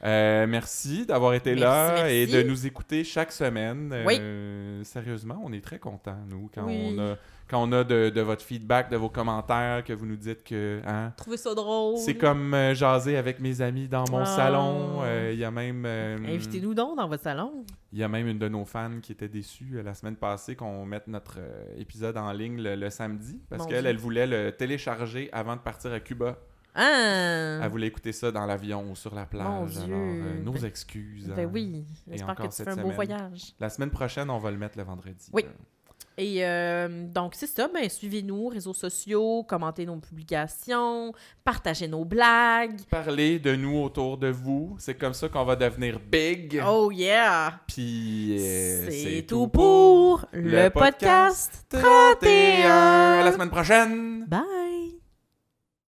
A: Euh, merci d'avoir été
B: Merci,
A: là
B: merci.
A: et de nous écouter chaque semaine. Euh, sérieusement, on est très contents, nous, quand
B: Oui.
A: on a, quand on a de, de votre feedback, de vos commentaires, que vous nous dites que... hein,
B: trouvais ça drôle.
A: c'est comme euh, jaser avec mes amis dans mon
B: Oh Ah.
A: salon. Euh, Il y a même... euh,
B: Invitez-nous donc dans votre salon.
A: il y a même une de nos fans qui était déçue euh, la semaine passée qu'on mette notre euh, épisode en ligne le, le samedi parce
B: Mon
A: qu'elle,
B: Dieu.
A: elle voulait le télécharger avant de partir à Cuba.
B: Ah!
A: Elle voulait écouter ça dans l'avion ou sur la plage.
B: Dieu.
A: Alors, euh, nos
B: Ben-
A: excuses.
B: Ben
A: hein.
B: oui, j'espère que
A: encore
B: tu fais
A: cette
B: un beau
A: semaine.
B: voyage.
A: La semaine prochaine, on va le mettre le vendredi.
B: Oui.
A: là.
B: Et euh, donc, c'est ça, ben, suivez-nous, réseaux sociaux, commentez nos publications, partagez nos blagues.
A: Parlez de nous autour de vous. C'est comme ça qu'on va devenir big.
B: Oh yeah!
A: Puis euh,
B: c'est tout pour le podcast
A: 31. À la
B: 31.
A: semaine prochaine.
B: Bye!